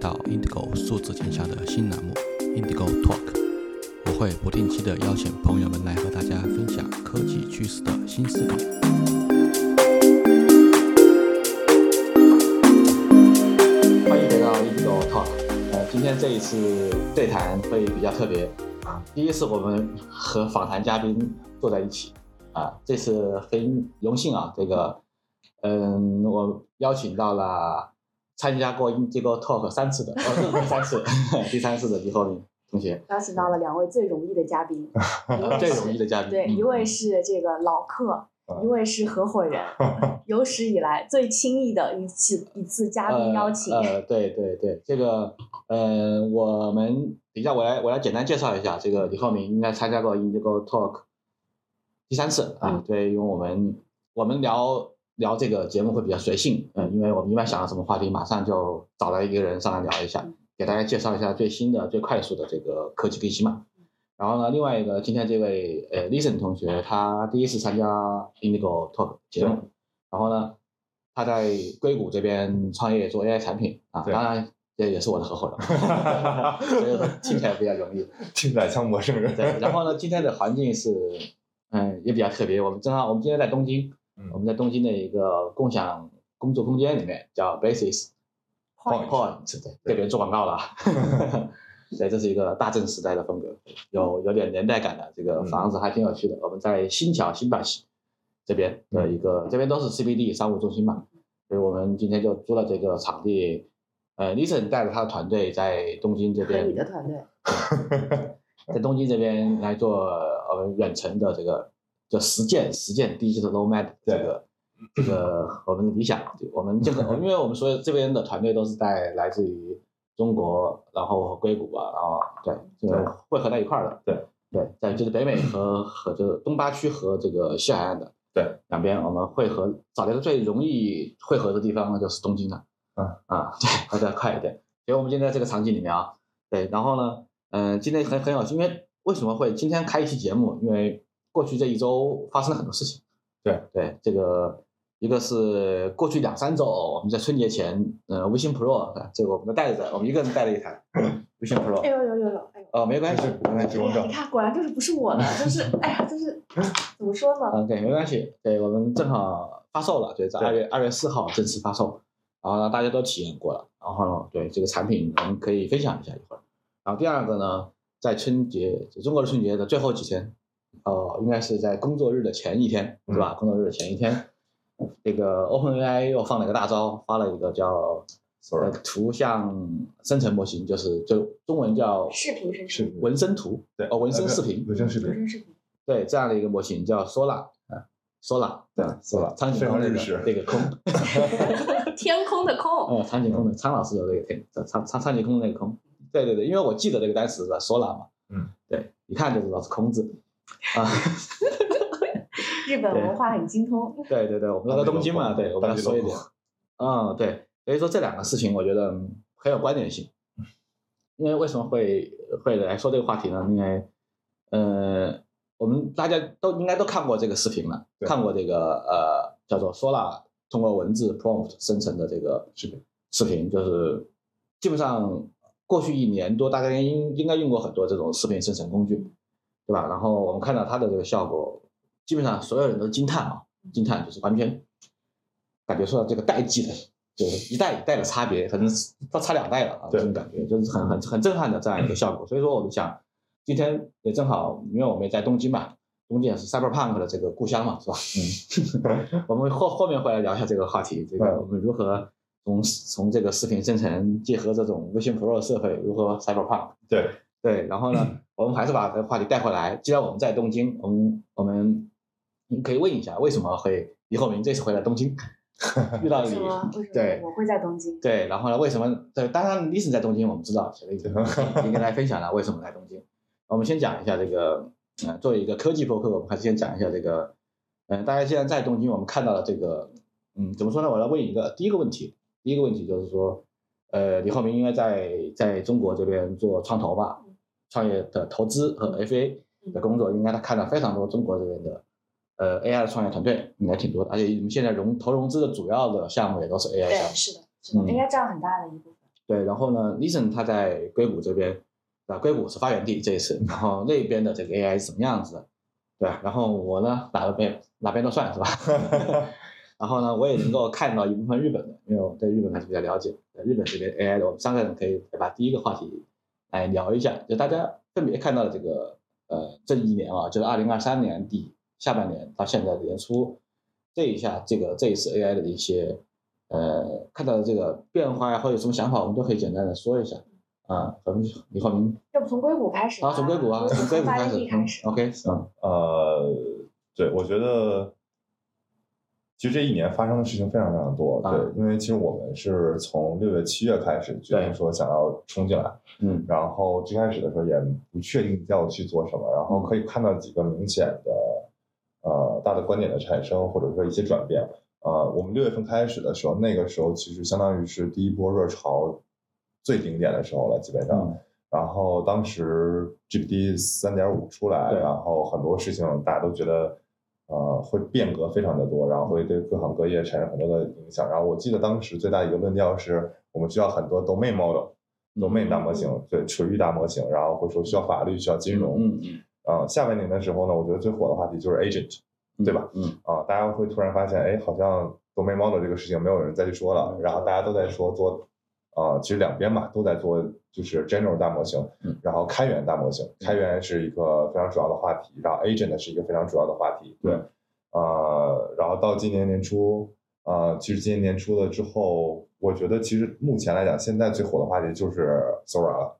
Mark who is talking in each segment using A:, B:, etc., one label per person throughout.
A: 到 Indigo 数字经销的新栏目 Indigo Talk，我会不定期的邀请朋友们来和大家分享科技趋势的新思考。
B: 欢迎回到 Indigo Talk。呃，今天这一次对谈会比较特别啊，第一次我们和访谈嘉宾坐在一起啊，这次很荣幸啊，这个嗯，我邀请到了参加过 Indigo Talk 三次的，哦，这是第三次， 第三次的李厚明同学，呃
C: 邀请到了两位最容易的嘉宾，一位
B: 最
C: 是
B: 容易的嘉宾，
C: 对，
B: 嗯
C: 一位是这个老客，一位是合伙人，有史以来最轻易的一次一次嘉宾邀请。
B: 呃。呃，对对对，这个呃，我们等一下我来我来简单介绍一下，这个李浩明应该参加过 Indigo Talk 第三次啊，
C: 嗯
B: 对，因为我们我们聊聊这个节目会比较随性，嗯、因为我们一般想到什么话题，马上就找来一个人上来聊一下
C: 嗯，
B: 给大家介绍一下最新的、最快速的这个科技更新嘛。然后呢，另外一个今天这位呃 Listen 同学，他第一次参加 Indigo Talk 节目，然后呢，他在硅谷这边创业做 AI 产品啊，
D: 对
B: 当然这也是我的合伙人，所以说听起来比较容易。
D: 听起来像陌生人。
B: 对，然后呢，今天的环境是，嗯，也比较特别。我们正好，我们今天在东京，
D: 嗯
B: 我们在东京的一个共享工作空间里面，叫 Basis
D: Point
B: Point，对，给别人做广告了 啊。对，这是一个大正时代的风格，有有点年代感的这个房子还挺有趣的。我们在新桥新百喜这边的一个，这边都是 CBD 商务中心嘛，所以我们今天就租了这个场地。呃，Listen 带着他的团队在东京这
C: 和
B: 边
C: 你的团队，
B: 在东京这边来做呃远程的这个叫实践实践 digital nomad 这
D: 对
B: 个这个我们的理想，我们 这个因为我们所有这边的团队都是在来自于中国，然后硅谷啊，然后对这
D: 对
B: 个汇合在一块儿的，
D: 对
B: 对，在就是北美和和就是东八区和这个西海岸的
D: 对
B: 两边，我们汇合找了一个最容易汇合的地方呢，就是东京了，
D: 嗯
B: 啊，对，大家快一点，所以我们今天在这个场景里面啊，对，然后呢，嗯、今天很很有趣，因为为什么会今天开一期节目？因为过去这一周发生了很多事情。
D: 对
B: 对，这个一个是过去两三周，我们在春节前，呃，微信 Pro，啊这个我们都带着，我们一个人带了一台 微信
C: 哎
B: Pro。
C: 呦呦呦呦，哎呦！
B: 哦，没关系，没关系
D: 就。
C: 哎呀，
D: 找
C: 你看，果然就是不是我的，就是哎呀，就是怎么说呢？
B: 嗯，对，没关系。对我们正好发售了，对，在
D: 对
B: 二月二月四号正式发售，然后呢，大家都体验过了，然后呢，对这个产品我们可以分享一下一会儿。然后第二个呢，在春节，就中国的春节的最后几天，呃，应该是在工作日的前一天，对
D: 嗯
B: 吧？工作日的前一天，这个 OpenAI 又放了个大招，发了一个叫
D: Sorry
B: 呃图像生成模型，就是就中文叫
C: 视频生
D: 是
C: 成，
B: 纹身图，
D: 对
B: 哦，纹身视频，
D: 纹身视
C: 不
D: 频，
C: 是视频，
B: 对这样的一个模型叫 Sola 啊，Sola
D: 对
B: 吧？
D: ，Sola，
B: 苍井空那
D: 非常日
B: 个
D: 式
B: 那个空，
C: 天空的空，
B: 哦，苍井空的苍老师的那个天，苍苍苍井空的那个空，对对对，因为我记得这个单词是 Sola 嘛，
D: 嗯，
B: 对，一看就知道是空字啊，
C: 日本
B: 对
C: 文化很精通。
B: 对对对，我们都在东京嘛，
D: 大地
B: 对，
D: 老虎
B: 我们要说一点
D: 大地，
B: 嗯，对，所以说这两个事情我觉得嗯很有关联性，嗯因为为什么会会来说这个话题呢？因为，呃，我们大家都应该都看过这个视频了，
D: 对
B: 看过这个呃叫做 Sola 通过文字 prompt 生成的这个
D: 视频
B: 视频，就是基本上过去一年多，大家应应该用过很多这种视频生成工具，对吧？然后我们看到它的这个效果，基本上所有人都惊叹啊，惊叹就是完全感觉出来这个代际的，就是一代一代的差别，可能是都差两代了啊，这
D: 对
B: 种感觉就是很很很震撼的这样一个效果。所以说我们想，今天也正好，因为我们也在东京嘛，东京也是 Cyberpunk 的这个故乡嘛，是吧？嗯，我们后后面会来聊一下这个话题，这个
D: 嗯
B: 我们如何。从从这个视频生成，结合这种微信 Pro 的设备，如何 Cyberpunk？
D: 对，
B: 对，然后呢，我们还是把这个话题带回来。既然我们在东京，我们我们你可以问一下，为什么会李厚明这次回来东京？遇到
C: 为
B: 你
C: 什么？为什
B: 对
C: 么我会在东京？
B: 对，然后呢，为什么？对，当然 Listen 在东京，我们知道，所以你跟大家分享了为什么来东京。我们先讲一下这个，呃，作为一个科技博客，我们还是先讲一下这个，呃，大家现在在东京，我们看到了这个，嗯，怎么说呢？我来问一个第一个问题，第一个问题就是说，呃，李浩明应该在在中国这边做创投吧，创业的投资和 FA 的工作，应该他看到非常多中国这边的。呃，AI 的创业团队应该挺多的，而且你们现在融投融资的主要的项目也都是 AI 项
C: 对，
B: 目。
C: 是的，是的
B: 嗯
C: ，AI 占很大的一部分。
B: 对，然后呢，Listen 它在硅谷这边，啊，硅谷是发源地这一次，然后那边的这个 AI 是什么样子的，对吧？然后我呢，哪个边哪边都算是吧。 然后呢，我也能够看到一部分日本的，因为我对日本还是比较了解。日本这边 AI 的，我们三个人可以把第一个话题来聊一下，就大家分别看到的这个呃这一年啊，就是二零二三年底下半年到现在的年初，这一下这个这一次 AI 的一些呃看到的这个变化呀，或者有什么想法，我们都可以简单的说一下啊。咱们李浩明
C: 要不从硅谷开始吧？
B: 啊，从硅谷啊，从硅谷
C: 发
B: 开
C: 源地
B: 始
C: 开始
B: 嗯。，OK，嗯，
D: 呃，对，我觉得其实这一年发生的事情非常非常多。
B: 啊
D: 对，因为其实我们是从六月、七月开始决
B: 对
D: 定说想要冲进来，
B: 嗯，
D: 然后最开始的时候也不确定要去做什么，然
B: 嗯
D: 后可以看到几个明显的呃大的观点的产生，或者说一些转变。呃，我们六月份开始的时候，那个时候其实相当于是第一波热潮最顶点的时候了，基本上。
B: 嗯
D: 然后当时 GPT 三点五出来，
B: 对
D: 然后很多事情大家都觉得呃会变革非常的多，然后会对各行各业产生很多的影响。然后我记得当时最大一个论调是我们需要很多 domain model。domain 大模型，对垂域大模型，然后会说需要法律，需要金融。
B: 嗯嗯，
D: 啊，下半年的时候呢，我觉得最火的话题就是 agent
B: 嗯
D: 对吧？
B: 嗯，
D: 啊、大家会突然发现，哎，好像 domain model 这个事情没有人再去说了，
B: 嗯
D: 然后大家都在说做，啊、其实两边嘛都在做，就是 general 大模型
B: 嗯，
D: 然后开源大模型，开源是一个非常主要的话题，然后 agent 是一个非常主要的话题。
B: 对，
D: 呃，然后到今年年初，呃，其实今年年初了之后，我觉得其实目前来讲，现在最火的话题就是 Sora 了。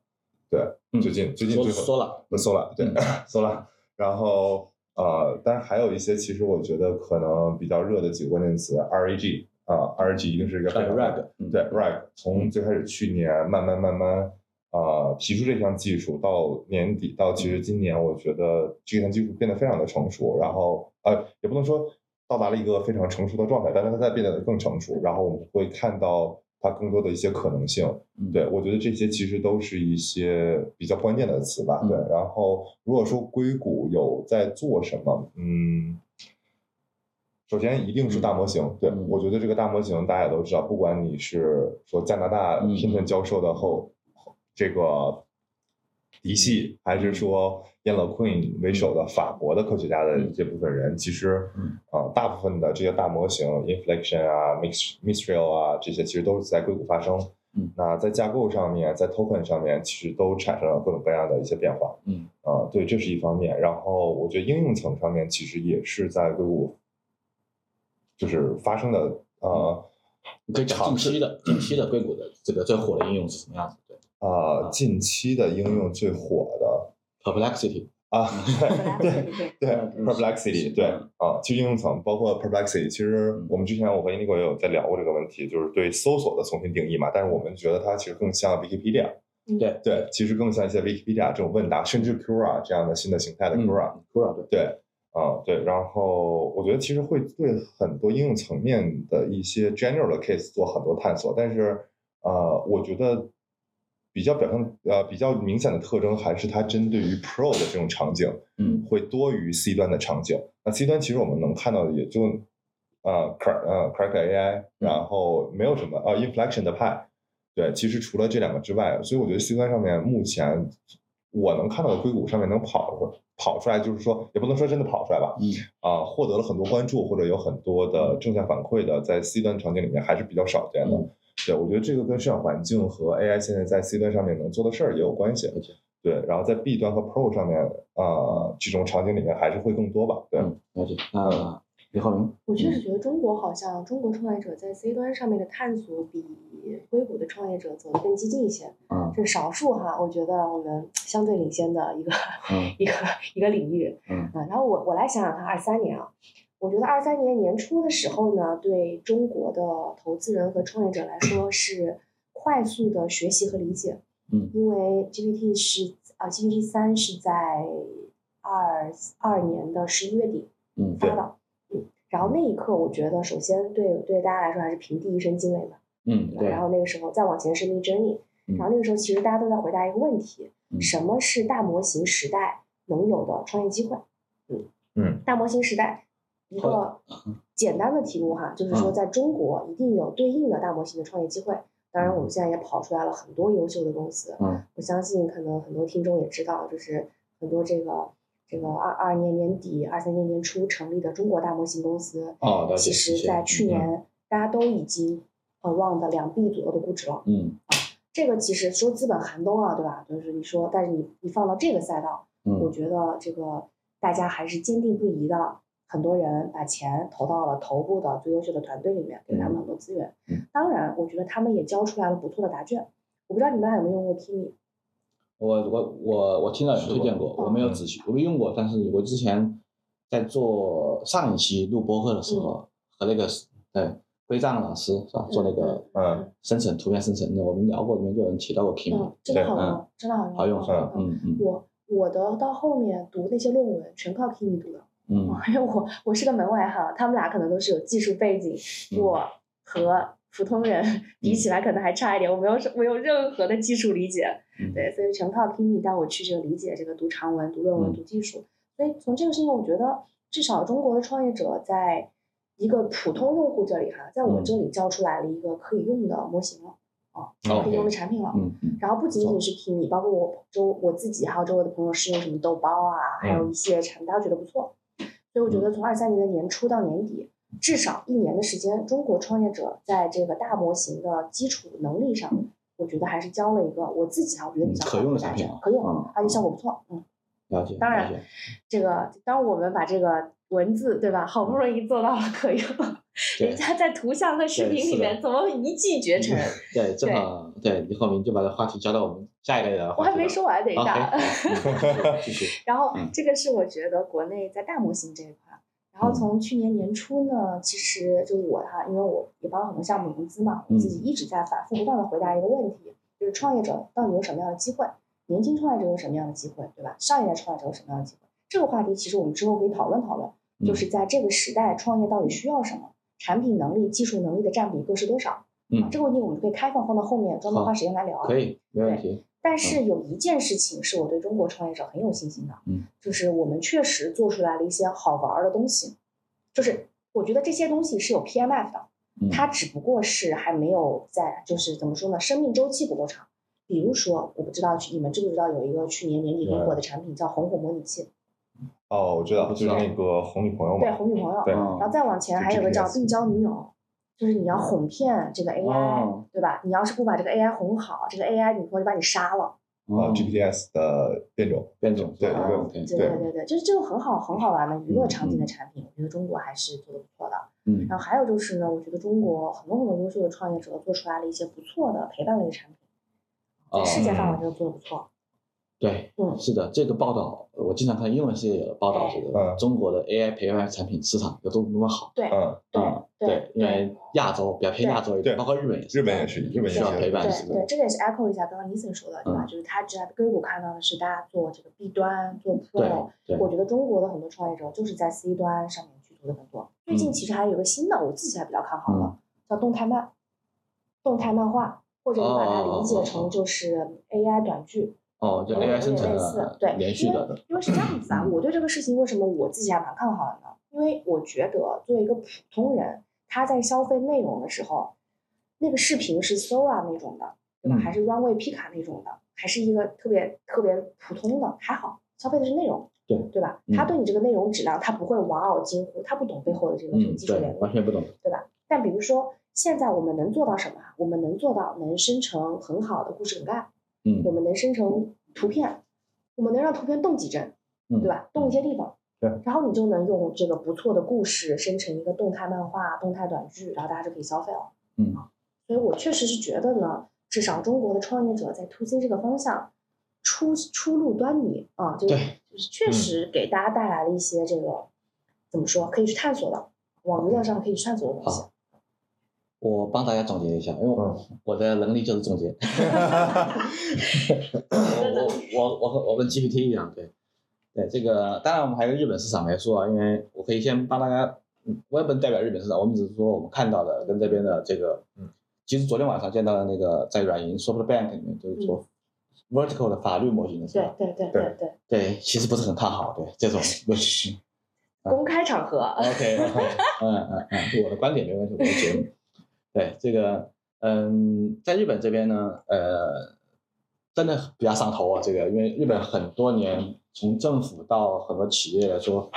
D: 对，
B: 嗯
D: 最近最近
B: 说
D: 最火
B: 说了，
D: 不 Sola 对
B: 嗯
D: Sola，然后呃，但是还有一些其实我觉得可能比较热的几个关键词，RAG 啊、r a g 一定是一个非
B: 还有
D: 常
B: rag，嗯
D: 对 RAG，从最开始去年慢慢慢慢呃提出这项技术，到年底到其实今年，我觉得这项技术变得非常的成熟，然后呃也不能说到达了一个非常成熟的状态，但是它在变得更成熟，然后我们会看到它更多的一些可能性。
B: 嗯
D: 对，我觉得这些其实都是一些比较关键的词吧。
B: 嗯
D: 对，然后如果说硅谷有在做什么，嗯，首先一定是大模型。对
B: 嗯
D: 我觉得这个大模型大家也都知道，不管你是说加拿大
B: 嗯
D: Hinton 教授的后、这个嫡系，还
B: 嗯
D: 是说燕乐 Queen 为首的法国的科学家的这部分人，其实
B: 嗯
D: 啊、呃大部分的这些大模型 Inflection 啊、Mix Mistral 啊这些，其实都是在硅谷发生。
B: 嗯
D: 那在架构上面，在 token 上面，其实都产生了各种各样的一些变化。
B: 嗯，
D: 啊、对，这是一方面。然后我觉得应用层上面，其实也是在硅谷，就是发生的呃
B: 你可以讲近期的近期的硅谷的这个最火的应用是什么样子？对
D: 呃近期的应用最火的
B: ，Perplexity，
D: 啊，对。
C: 对，
D: 对
B: 嗯
D: ，perplexity，对
B: 嗯
D: 啊，其实应用层包括 perplexity，其实我们之前我和 Inigo 也有在聊过这个问题，就是对搜索的重新定义嘛。但是我们觉得它其实更像 Wikipedia，
B: 对
D: 对，其实更像一些 Wikipedia 这种问答，甚至 Quora 这样的新的形态的 Quora，、
B: ，Quora 对，
D: 对，啊、对，然后我觉得其实会对很多应用层面的一些 general 的 case 做很多探索，但是呃，我觉得比较表现呃比较明显的特征还是它针对于 pro 的这种场景
B: 嗯
D: 会多于 C 端的场景。那 C 端其实我们能看到的也就呃 crack 呃 crack AI，然后没有什么呃 inflection 的 Pi，对，其实除了这两个之外，所以我觉得 C 端上面目前我能看到的硅谷上面能跑出跑出来，就是说也不能说真的跑出来吧，
B: 嗯
D: 啊、获得了很多关注或者有很多的正向反馈的，在 C 端场景里面还是比较少见的。
B: 嗯
D: 对，我觉得这个跟市场环境和 AI 现在在 C 端上面能做的事儿也有关系
B: 了解。
D: 对，然后在 B 端和 Pro 上面，呃，这种场景里面还是会更多吧。对，
B: 嗯，了解。那李浩明，
C: 我确实觉得中国好像中国创业者在 C 端上面的探索比硅谷的创业者走得更激进一些，
B: 嗯
C: 这是少数哈，我觉得我们相对领先的一个
B: 嗯
C: 一个一个领域。
B: 嗯
C: 啊，然后我我来想想看，二三年啊，我觉得二三年年初的时候呢，对中国的投资人和创业者来说是快速的学习和理解，
B: 嗯
C: 因为 GPT 是啊、GPT 三是在二二年的十一月底
B: 嗯，
C: 发
B: 对，
C: 的，嗯，然后那一刻我觉得，首先对对大家来说还是平地一声惊为嘛，
B: 嗯对
C: 然，后那个时候再往前是 Mid Journey，
B: 嗯
C: 然后那个时候其实大家都在回答一个问题：
B: 嗯
C: 什么是大模型时代能有的创业机会？嗯
D: 嗯，
C: 大模型时代一
B: 好
C: 个简单的题目哈，就是说
B: 嗯
C: 在中国一定有对应的大模型的创业机会。当然，我们现在也跑出来了很多优秀的公司。
B: 嗯，
C: 我相信可能很多听众也知道，就是很多这个这个二二年年底、二三年年初成立的中国大模型公司，
B: 哦，了解谢
C: 其实
B: 谢
C: 在去
B: 嗯
C: 年大家都已经很旺的两 B 左右的估值了。
B: 嗯
C: 这个其实说资本寒冬啊，对吧？就是你说，但是你你放到这个赛道，我
B: 嗯
C: 觉得这个大家还是坚定不移的。很多人把钱投到了头部的最优秀的团队里面，给他们很多资源。
B: 嗯
C: 当然，我觉得他们也交出来了不错的答卷。我不知道你们俩有没有用过
B: 嗯
C: Kimi，
B: 我我我我听到有人
D: 是
B: 推
D: 吧
B: 荐过，我没有
C: 嗯
B: 仔细，我没用过，但是我之前在做上一期录播客的时
C: 嗯
B: 候，和那个对归藏老师是吧，做那个
D: 嗯
B: 生成图片生成的，我们聊过，里面就有人提到过 Kimi，、
C: 嗯，真的好
B: 对
C: 用，真的好用，
B: 好用是吧？
C: 嗯
B: 嗯嗯
C: 我我的到后面读那些论文全靠 Kimi 读的，
B: 嗯
C: 因为 我我是个门外汉，啊他们俩可能都是有技术背景，
B: 嗯
C: 我和普通人比起来可能还差一点，我没有没有任何的技术理解，
B: 嗯，
C: 对，所以全靠 Kimi 带我去这个理解这个读长文、读论文、
B: 嗯
C: 读技术，所以从这个事情，我觉得至少中国的创业者在一个普通用户这里哈，在我
B: 嗯
C: 这里教出来了一个可以用的模型了，啊，可以用的
B: OK，
C: 产品了，
B: 嗯嗯
C: 然后不仅仅是 Kimi，包括我周我自己还有周围的朋友试用什么豆包啊，还
B: 嗯
C: 有一些产品，大家都觉得不错。所以我觉得从二三年的年初到年底，至少一年的时间，中国创业者在这个大模型的基础能力上，我觉得还是教了一个我自己啊，我觉得比
B: 嗯
C: 较好
B: 可用的
C: 大
B: 产
C: 家
B: 品啊
C: 可用
B: 嗯，
C: 而且效果不错。嗯，
B: 了解，
C: 当然
B: 了解
C: 这个当我们把这个文字对吧，好不容易做到了可用，人
B: 嗯对
C: 家在图像和视
B: 对
C: 频
B: 是
C: 里
B: 的嗯
C: 面怎么一骑绝尘？
B: 对，正好对李浩明就把这话题交到我们下一个人的话
C: 我
B: 题了，
C: 还没说完，等一
B: OK，
C: 下。
B: 好 嗯继续继续，
C: 然后
B: 嗯
C: 这个是我觉得国内在大模型这一块。然后从去年年初呢，其实就我哈，因为我也帮很多项目融资嘛，我自
B: 嗯
C: 己一直在反复不断的回答一个问题，就是创业者到底有什么样的机会，年轻创业者有什么样的机会，对吧？上一代创业者有什么样的机会？这个话题其实我们之后可以讨论讨论，
B: 嗯
C: 就是在这个时代创业到底需要什么，产品能力、技术能力的占比各是多少？啊
B: 嗯
C: 这个问题我们可以开放放到后面，专门
B: 好
C: 花时间来聊啊。
B: 可以，没问题，
C: 但是有一件事情是我对中国创业者很有信心的，
B: 嗯，
C: 就是我们确实做出来了一些好玩儿的东西，就是我觉得这些东西是有 PMF 的，
B: 嗯
C: 它只不过是还没有在，就是怎么说呢，生命周期不够长。比如说，我不知道你们知不知道有一个去年年底很火的产品叫红火模拟器，
D: 哦，我知道，就是那个哄女朋友
C: 对，
D: 嘛，
C: 红女朋友。
D: 对啊
C: 然后再往前
D: 就
C: 还有个叫
D: GPS
C: 病娇女友，就是你要哄骗这个 AI，、
B: 哦
C: 对吧？你要是不把这个 AI 哄好，这个 AI 女朋友就把你杀了。
D: 啊
B: 哦
D: GPS 的变种，
B: 变种
D: 对
B: 啊
D: 对
B: OK，
C: 对
D: 对
C: 对对，就是这个很好很好玩的娱乐场景
B: 嗯
C: 的
B: 嗯
C: 产品，我觉得中国还是做的不错的。
B: 嗯
C: 然后还有就是呢，我觉得中国很多很多优秀的创业者做出来了一些不错的陪伴类的产品，在
B: 哦
C: 世界
D: 上
C: 范围内都做的不错。
B: 对，
C: 嗯
B: 是的，这个报道我经常看英文世界有的报道，
C: 对
B: 这个
D: 嗯
B: 中国的 AI 陪伴产品市场有多么多么好。
C: 对
D: 嗯，
B: 嗯
C: 对
B: 因为亚洲比较偏亚洲一点，
D: 对
B: 包括日本也是，嗯
D: 日本也是日本也
B: 需要
D: 是
B: 陪伴
C: 对
B: 是
C: 对，
B: 的。
C: 这个也是 echo 一下刚刚 Nathan 说的，对吧？
B: 嗯
C: 就是他只在硅谷看到的是大家做这个 B 端、做 Pro，
B: 对
C: 我觉得中国的很多创业者就是在 C 端上面去做的更多。
B: 嗯
C: 最近其实还有个新的，我自己还比较看好的，叫动态漫，动态漫画，或者你把它理解成就是 AI 短剧，
B: 哦，就
C: 有点
B: AI 生成
C: 类
B: 的
C: 似，对，
B: 连续
C: 因为
B: 的，嗯
C: 因为是这样子啊，我对这个事情为什么我自己还蛮看好的呢？因为我觉得作为一个普通人，他在消费内容的时候，那个视频是 Sora 那种的，对
B: 嗯
C: 吧？还是 Runway Pika 那种的，还是一个特别特别普通的，还好消费的是内容，
B: 对
C: 对吧？
B: 嗯
C: 他对你这个内容质量，他不会哇哦惊呼，他不懂背后的这个这个
B: 嗯，
C: 技术
B: 对
C: 原，理，
B: 完全不懂，
C: 但比如说，现在我们能做到什么啊？我们能做到能生成很好的故事梗概，
B: 嗯
C: 我们能生成图片，我们能让图片动几帧，
B: 嗯
C: 对吧？动一些地方，
D: 对
C: 然后你就能用这个不错的故事生成一个动态漫画、动态短剧，然后大家就可以消费了。
B: 嗯
C: 啊，所以我确实是觉得呢，至少中国的创业者在 to C 这个方向出出路端倪啊，就是
B: 对
C: 就是确
D: 嗯
C: 实给大家带来了一些这个怎么说可以去探索的。网络上可以去探索的东西，
B: 我帮大家总结一下，因为
D: 嗯
B: 我我的能力就是总结。我我我我和我跟 GPT 一样，对对，这个当然我们还有日本市场来说啊，因为我可以先帮大家，嗯我也不能代表日本市场，我们只是说我们看到的跟这边的这个，
D: 嗯，
B: 其实昨天晚上见到的那个在软银 SoftBank 里面就是做 vertical 的法律模型的时
C: 对
B: 候，
C: 对对对对，
B: 对，其实不是很看好，对这种模型。啊
C: 公开场合，
B: OK，嗯嗯嗯，我的观点没问题，我的节目。对这个，嗯，在日本这边呢，呃，真的比较上头啊，这个，因为日本很多年从政府到很多企业来说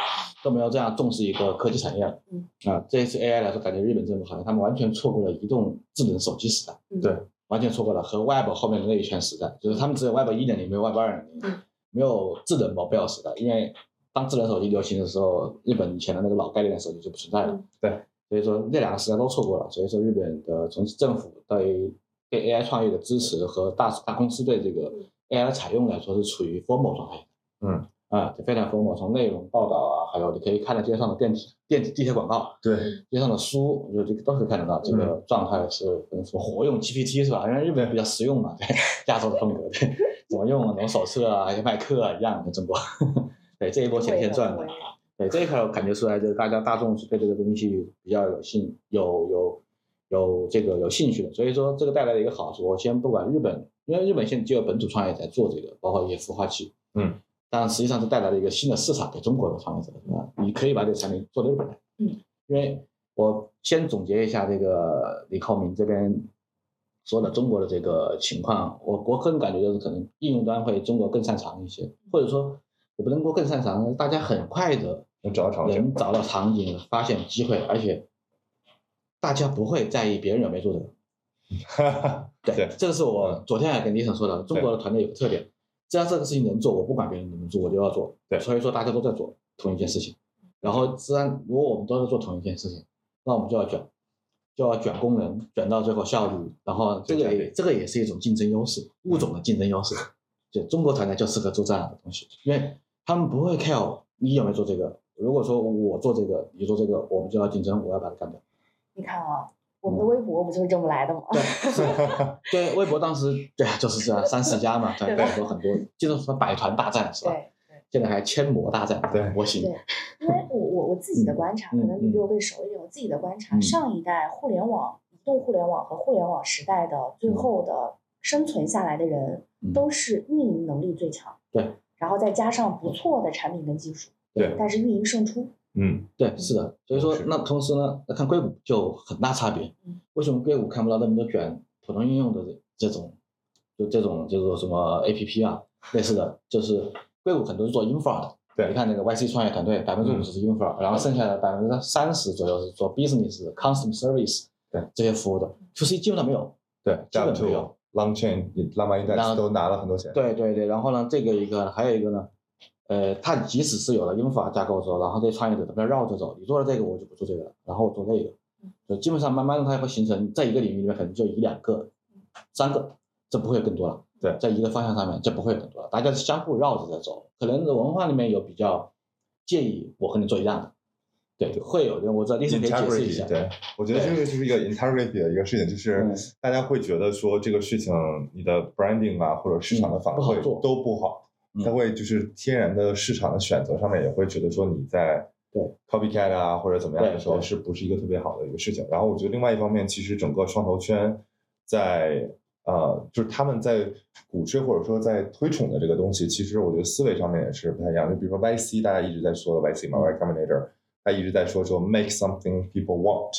B: 都没有这样重视一个科技产业了。
C: 嗯，
B: 啊，这一次 AI 来说，感觉日本政府好像他们完全错过了移动智能手机时代，
C: 嗯
B: 对，完全错过了和 Web 后面的那一圈时代，就是他们只有 Web 一点零，没有 Web 二点零
C: 嗯，
B: 没有智能 mobile 时代，因为当智能手机流行的时候，日本以前的那个老概念的手机就不存在了。所以说那两个时代都错过了。所以说日本的从政府对对 AI 创业的支持和大大公司对这个 AI 的采用来说是处于 formal 状态。
D: 嗯，
B: 啊，就非常 formal，从内容报道啊，还有你可以看到街上的电梯、电梯、地铁广告，
D: 对，
B: 街上的书，就这个都可以看得到。这个状态是嗯什么活用 GPT 是吧？因为日本比较实用嘛，对，亚洲的风格，对，怎么用啊，怎么手册啊，麦克啊一样的中国。 对，这一波钱先赚的。对这一块，我感觉出来就是大家大众是对这个东西比较有兴有有有这个有兴趣的，所以说这个带来的一个好处，我先不管日本，因为日本现在只有本土创业在做这个，包括一些孵化器，
D: 嗯，
B: 但实际上是带来了一个新的市场给中国的创业者，是吧？你可以把这个产品做到日本来，
C: 嗯，
B: 因为我先总结一下这个李扣明这边说的中国的这个情况，啊我我个人感觉就是可能应用端会中国更擅长一些，或者说也不能说更擅长，大家很快的
D: 能找到场景
B: 能。找到场景，发现机会，而且大家不会在意别人有没有做对。
D: 对
B: 这个是我
D: 嗯
B: 昨天还跟李晨说的，中国的团队有个特点，只要这个事情能做，我不管别人怎么做，我就要做。
D: 对
B: 所以说大家都在做同一件事情，然后自然如果我们都在做同一件事情，那我们就要卷，就要卷功能，卷到最后效率，然后这
D: 对
B: 个
D: 对嗯
B: 也这个也是一种竞争优势，物种的竞争优势。就中国团队就适合做这样的东西，因为他们不会 care 你有没有做这个。如果说我做这个，你做这个，我们就要竞争，我要把它干掉。
C: 你看啊，我
B: 嗯
C: 们的微博不就是这么来的吗？
B: 对，微博当时对啊，就是这样，三十家嘛，团队
C: 对吧
B: 很多很多，就是什么百团大战是吧？
C: 对，
B: 现在还千模大战，
D: 对
B: 模型，
C: 对因为我我我自己的观察，可
B: 嗯
C: 能你比
B: 嗯
C: 我更熟一点。我自己的观察，
B: 嗯
C: 上一代互联网、移动互联网和互联网时代的最后的生存下来的人
B: 嗯，
C: 都是运营能力最强，
B: 对，
C: 然后再加上不错的产品跟技术，
D: 对
C: 但是运营胜出，
D: 嗯，
B: 对，是的。所以说
D: 是，
B: 那同时呢，那看硅谷就很大差别
C: 嗯。
B: 为什么硅谷看不到那么多卷普通应用的这种，就这种叫做什么 APP 啊，类似的，就是硅谷很多是做 infra 的。
D: 对嗯
B: 你看那个 YC 创业团队，百分之五十是 infra，、然后剩下的百分之三十左右是做 business 的 custom service，
D: 对
B: 这些服务的，to C 基本上没有。
D: 对
B: 基本
D: ，Java
B: 没有
D: Two、Long Chain、Llama
B: 然后
D: Index 都拿了很多钱。
B: 对对对，然后呢，这个一个，还有一个呢，呃，它即使是有了英法架构之后，然后这创业者怎么绕着走，你做了这个我就不做这个了，然后我做那个，就基本上慢慢的它会形成，在一个领域里面可能就一两个、三个，这不会有更多了。
D: 对
B: 在一个方向上面就不会有更多了，大家是相互绕着在走，可能文化里面有比较介意我和你做一样的，对，会有的，我知道，历史可以解释一下
D: Integrity，，对，我觉得这个就是一个 integrity 的一个事情，就是
B: 嗯
D: 大家会觉得说这个事情你的 branding 啊，或者市场的反
B: 嗯不好
D: 馈
B: 做
D: 都不好
B: 嗯，
D: 它会就是天然的市场的选择上面也会觉得说你在
B: 对
D: copycat 啊或者怎么样的时候
B: 对对
D: 是不是一个特别好的一个事情。然后我觉得另外一方面，其实整个创投圈在呃，就是他们在鼓吹或者说在推崇的这个东西，其实我觉得思维上面也是不太一样。就比如说 YC，大家一直在说的 YC 嘛，Y Combinator，他一直在说说 make something people want，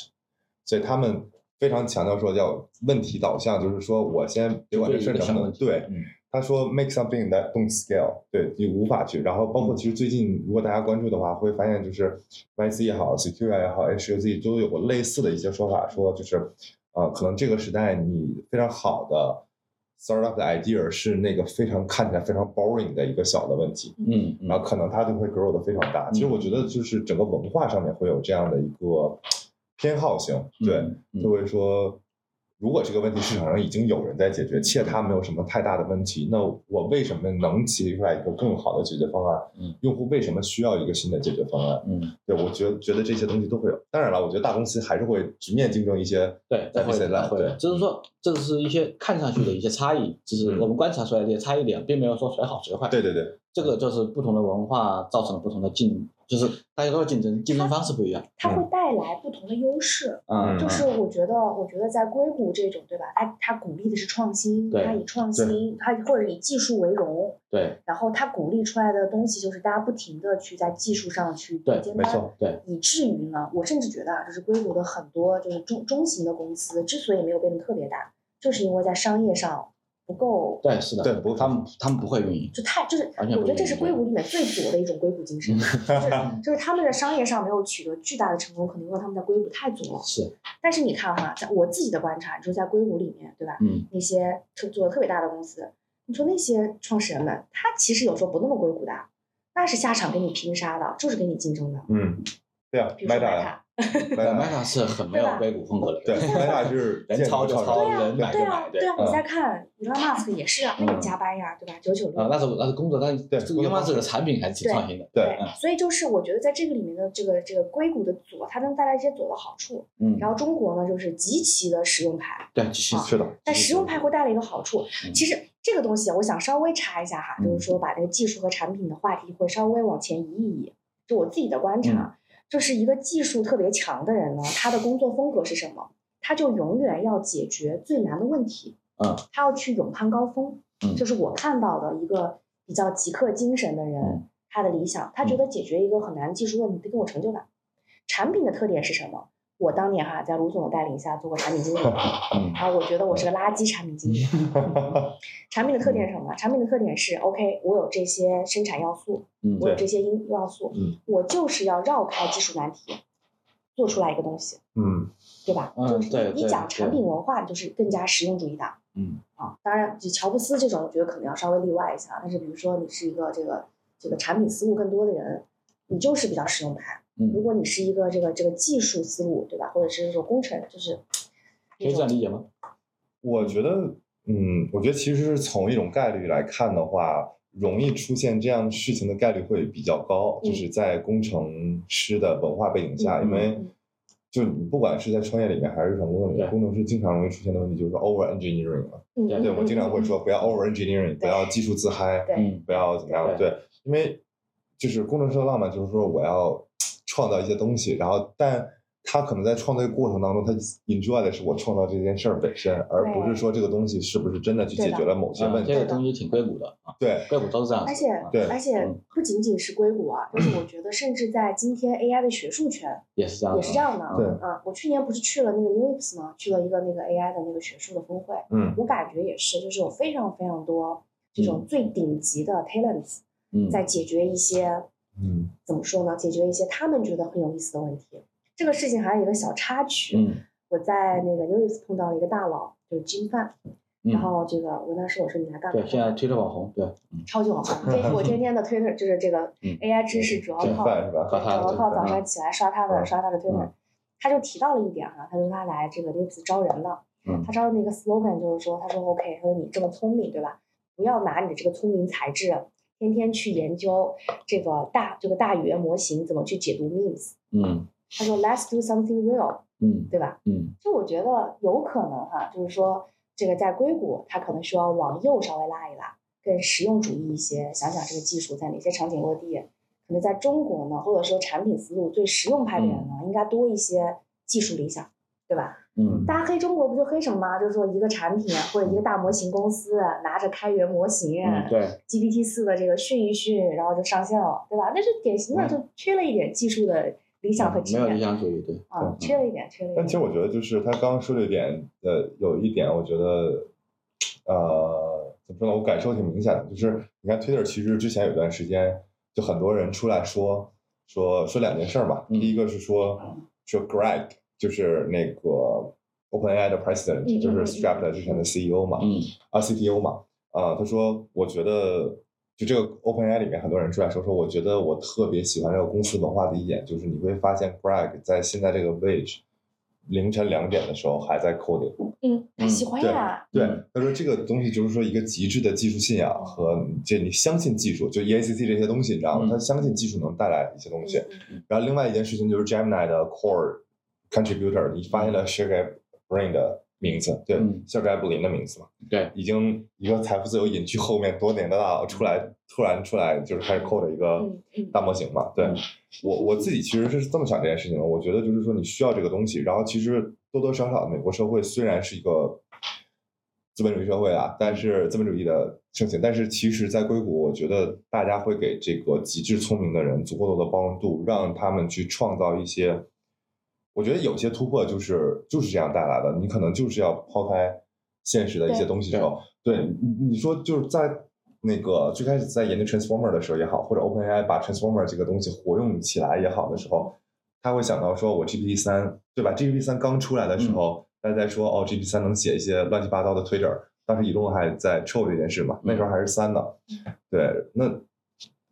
D: 所以他们非常强调说叫问题导向，就是说我先别管这事儿能不能
B: 就
D: 对。
B: 嗯，
D: 他说 make something that don't scale，对你无法去。然后包括其实最近如果大家关注的话，会发现就是 YC 也好，Secure 也好，HUZ 都有过类似的一些说法，说就是呃，可能这个时代你非常好的 startup 的 idea 是那个非常看起来非常 boring 的一个小的问题，
B: 嗯嗯
D: 然后可能它就会 grow 的非常大。其实我觉得就是整个文化上面会有这样的一个偏好性，对。
B: 嗯嗯
D: 就会说，如果这个问题市场上已经有人在解决，且它没有什么太大的问题，那我为什么能提出来一个更好的解决方案？
B: 嗯，
D: 用户为什么需要一个新的解决方案？
B: 嗯，
D: 对，我觉得觉得这些东西都会有。当然了，我觉得大公司还是会直面竞争一些
B: 对，
D: 在
B: 会
D: business
B: 的
D: line，
B: 会的，
D: 对
B: 就是说，这是一些看上去的一些差异，就是
D: 嗯
B: 我们观察出来的一些差异点，并没有说谁好谁坏。
D: 对对对，
B: 这个就是不同的文化造成了不同的竞，就是大家都要竞争，竞争方式不一样。
C: 它会带来不同的优势。
B: 嗯，
C: 就是我觉得，我觉得在硅谷这种，对吧？它它鼓励的是创新，
B: 对
C: 它以创新，它或者以技术为荣，
B: 对
C: 然后它鼓励出来的东西就是大家不停的去在技术上去
B: 对
C: 尖
D: 没
C: 端，
D: 错，
B: 对，
C: 以至于呢，我甚至觉得啊，就是硅谷的很多就是中中型的公司之所以没有变得特别大，就是因为在商业上不够，
B: 对是的，
D: 对不
B: 他们他们不会运营，
C: 就太就是
B: 完全不
C: 我觉得这是
B: 一样
C: 硅谷里面最左的一种硅谷精
B: 嗯
C: 神， 就是就是他们在商业上没有取得巨大的成功，可能因为他们在硅谷太左了。
B: 是，
C: 但是你看哈，在我自己的观察，你说在硅谷里面，对吧？
B: 嗯，
C: 那些特做的特别大的公司，你说那些创始人们，他其实有时候不那么硅谷的，那是下场跟你拼杀的，就是跟你竞争的。
D: 嗯，对啊
C: 比如说
D: ，Meta
C: 塔
D: 呀。，Meta，
B: Meta 是很没有
C: 啊
B: 硅谷风格的，
D: 啊 对，Meta 是
B: 人
D: 见
B: 抄就
D: 人
B: 抄，
C: 对啊
B: 人买就
C: 对啊
B: 买，，嗯
C: 对啊，
D: 嗯
C: 你再看 Elon Musk 也是啊，那也加班呀，对吧？九九
B: 啊，
C: 六。
B: 那是那是工作，但是
D: 对
B: 这个 Elon Musk 的产品还是挺创新的，
D: 对
B: 嗯
C: 所以就是我觉得在这个里面的这个这个硅谷的左，它能带来一些左的好处。
B: 嗯，
C: 然后中国呢，就是极其的实用派，
B: 对，其实
C: 啊
D: 是的，
C: 但实用派会带来一个好处
B: 嗯。
C: 其实这个东西啊我想稍微查一下哈，
B: 嗯
C: 就是说把这个技术和产品的话题会稍微往前移一移。就我自己的观察，
B: 嗯
C: 就是一个技术特别强的人呢，他的工作风格是什么？他就永远要解决最难的问题。
B: 嗯，
C: 他要去勇攀高峰。
B: 嗯
C: 就是我看到的一个比较极客精神的人，
B: 嗯
C: 他的理想，他觉得解决一个很难的技术问题得给我成就感。产品的特点是什么？我当年哈在卢总的带领下做过产品 经理，
B: 嗯
C: 然后我觉得我是个垃圾产品经理。嗯产品的特点是什么？产品的特点是 OK，我有这些生产要素，
B: 嗯
C: 我有
D: 对
C: 这些因要素
B: 嗯，
C: 我就是要绕开技术难题，做出来一个东西，
D: 嗯，
C: 对吧？
B: 嗯
C: 就是
B: 对
C: 你
B: 对
C: 你讲产
B: 对
C: 品文化，你就是更加实用主义党。
B: 嗯
C: 啊，当然，就乔布斯这种，我觉得可能要稍微例外一下。但是，比如说你是一个这个这个产品思路更多的人，你就是比较实用派。如
B: 嗯，
C: 果你是一个这个这个技术思路，对吧？或者是说工程，就是
B: 可以这样理解吗？
D: 我觉得，嗯，我觉得其实是从一种概率来看的话，容易出现这样事情的概率会比较高，
C: 嗯
D: 就是在工程师的文化背景下，
C: 嗯
D: 因为
C: 嗯
D: 就你不管是在创业里面还是日常工作里面，
B: 对
D: 工程师经常容易出现的问题就是 over engineering 嘛。
C: 嗯，
B: 对
C: 嗯
D: 对，我们经常会，说
C: 嗯
D: 不要 over engineering，不要技术自嗨，
C: 对
B: 嗯
D: 不要怎么样，
B: 对
D: 对，因为就是工程师的浪漫就是说我要创造一些东西，然后但他可能在创造的过程当中，他 enjoy 的是我创造这件事儿本身，而不是说这个东西是不是真的去解决了某些
B: 啊
D: 问
B: 这
D: 题。
B: 个东西挺硅谷的啊，
D: 对，
B: 硅谷都是这样子的，
C: 而且
B: 啊
D: 对
C: 而且
B: 嗯
C: 不仅仅是硅谷啊，就是我觉得甚至在今天 AI 的学术圈
B: 也是这样
C: 也
B: 的，
C: 是这样的。
D: 对
C: 啊，我去年不是去了那个 Newix 吗？去了一个那个 AI 的那个学术的峰会，
D: 嗯，
C: 我感觉也是，就是有非常非常多这种最顶级的 talents
B: 嗯，
C: 在解决一些，
D: 嗯，
C: 怎么说呢？解决一些他们觉得很有意思的问题。这个事情还有一个小插曲，
B: 嗯
C: 我在那个 News 碰到了一个大佬，就是金范，
B: 嗯，
C: 然后这个我跟他说，我说你来干嘛
B: 对，？现在推特网红，对，嗯，
C: 超级网红，这是我天天的 Twitter，就是这个
B: 嗯
C: AI 知识主要
D: 吃
C: 靠
D: 饭是吧？
B: 靠他
C: 然后
B: 的
C: 靠早上起来刷他的
D: 嗯
C: 刷他的推特，他就提到了一点哈、他说他来这个 Lips 招人了，
B: 嗯
C: 他招的那个 slogan 就是说，他说 OK，他说你这么聪明对吧？不要拿你的这个聪明才智，天天去研究这个大这个大语言模型怎么去解读 memes。
B: 嗯
C: 他说 Let's do something real，
B: 嗯
C: 对吧？
B: 嗯
C: 就我觉得有可能哈、就是说这个在硅谷，他可能需要往右稍微拉一拉，更实用主义一些，想想这个技术在哪些场景落地。可能在中国呢，或者说产品思路最实用派的人呢，应该多一些技术理想，对吧？
B: 嗯，
C: 大家黑中国不就黑什么吗？就是说一个产品或者一个大模型公司拿着开源模型、
B: 嗯对，
C: GPT 四的这个训一训，然后就上线了，对吧？那是典型的
B: 嗯
C: 就缺了一点技术的理想和
B: 没
C: 经
B: 有理
C: 验
B: 想主嗯义，对，
C: 啊，缺了一点，缺了一
D: 但
C: 点
D: 其实。我觉得，就是他刚刚说的一点，呃，有一点，我觉得，呃，怎么说呢？我感受挺明显的，就是你看 Twitter，其实之前有段时间，就很多人出来说说说两件事儿嘛。
B: 嗯
D: 第一个是说
C: 嗯
D: 说 Greg，就是那个 OpenAI 的 President，、
C: 嗯
D: 就
C: 嗯嗯
D: 是 Strap 的之前的 CEO 嘛，
B: 嗯
D: 啊 CTO 嘛，啊、他说我觉得。就这个 OpenAI 里面很多人出来说说，我觉得我特别喜欢这个公司文化的一点，就是你会发现 Greg 在现在这个位置，凌晨两点的时候还在 coding。
C: 嗯，他
B: 嗯
C: 喜欢呀，
D: 对
B: 嗯，
D: 他说这个东西就是说一个极致的技术信仰和这你相信技术，就 E EACC 这些东西，你知道吗？
B: 嗯
D: 他相信技术能带来一些东西。
C: 嗯
D: 然后另外一件事情就是 Gemini 的 Core contributor，你发现了 s h a r e Brain 的名字，对
B: 嗯，
D: 校斋布林的名字嘛，
B: 对，
D: 已经一个财富自由隐居后面多年的大佬出来，突然出来就是开始扣着一个
C: 嗯嗯
D: 大模型嘛，对
B: 嗯
D: 我我自己其实是这么想这件事情的，我觉得就是说你需要这个东西，然后其实多多少少美国社会虽然是一个资本主义社会啊，但是资本主义的盛行，但是其实，在硅谷，我觉得大家会给这个极致聪明的人足够多的包容度，让他们去创造一些，我觉得有些突破就是就是这样带来的，你可能就是要抛开现实的一些
C: 对
D: 东西之后，对你你说就是在那个最开始在研究 transformer 的时候也好，或者 OpenAI 把 transformer 这个东西活用起来也好的时候，他会想到说我 GPT 三对吧？GPT 三刚出来的时候，大家在说哦 GPT 三能写一些乱七八糟的推特儿，当时一众还在 troll 这件事嘛，那时候还是三呢，对，那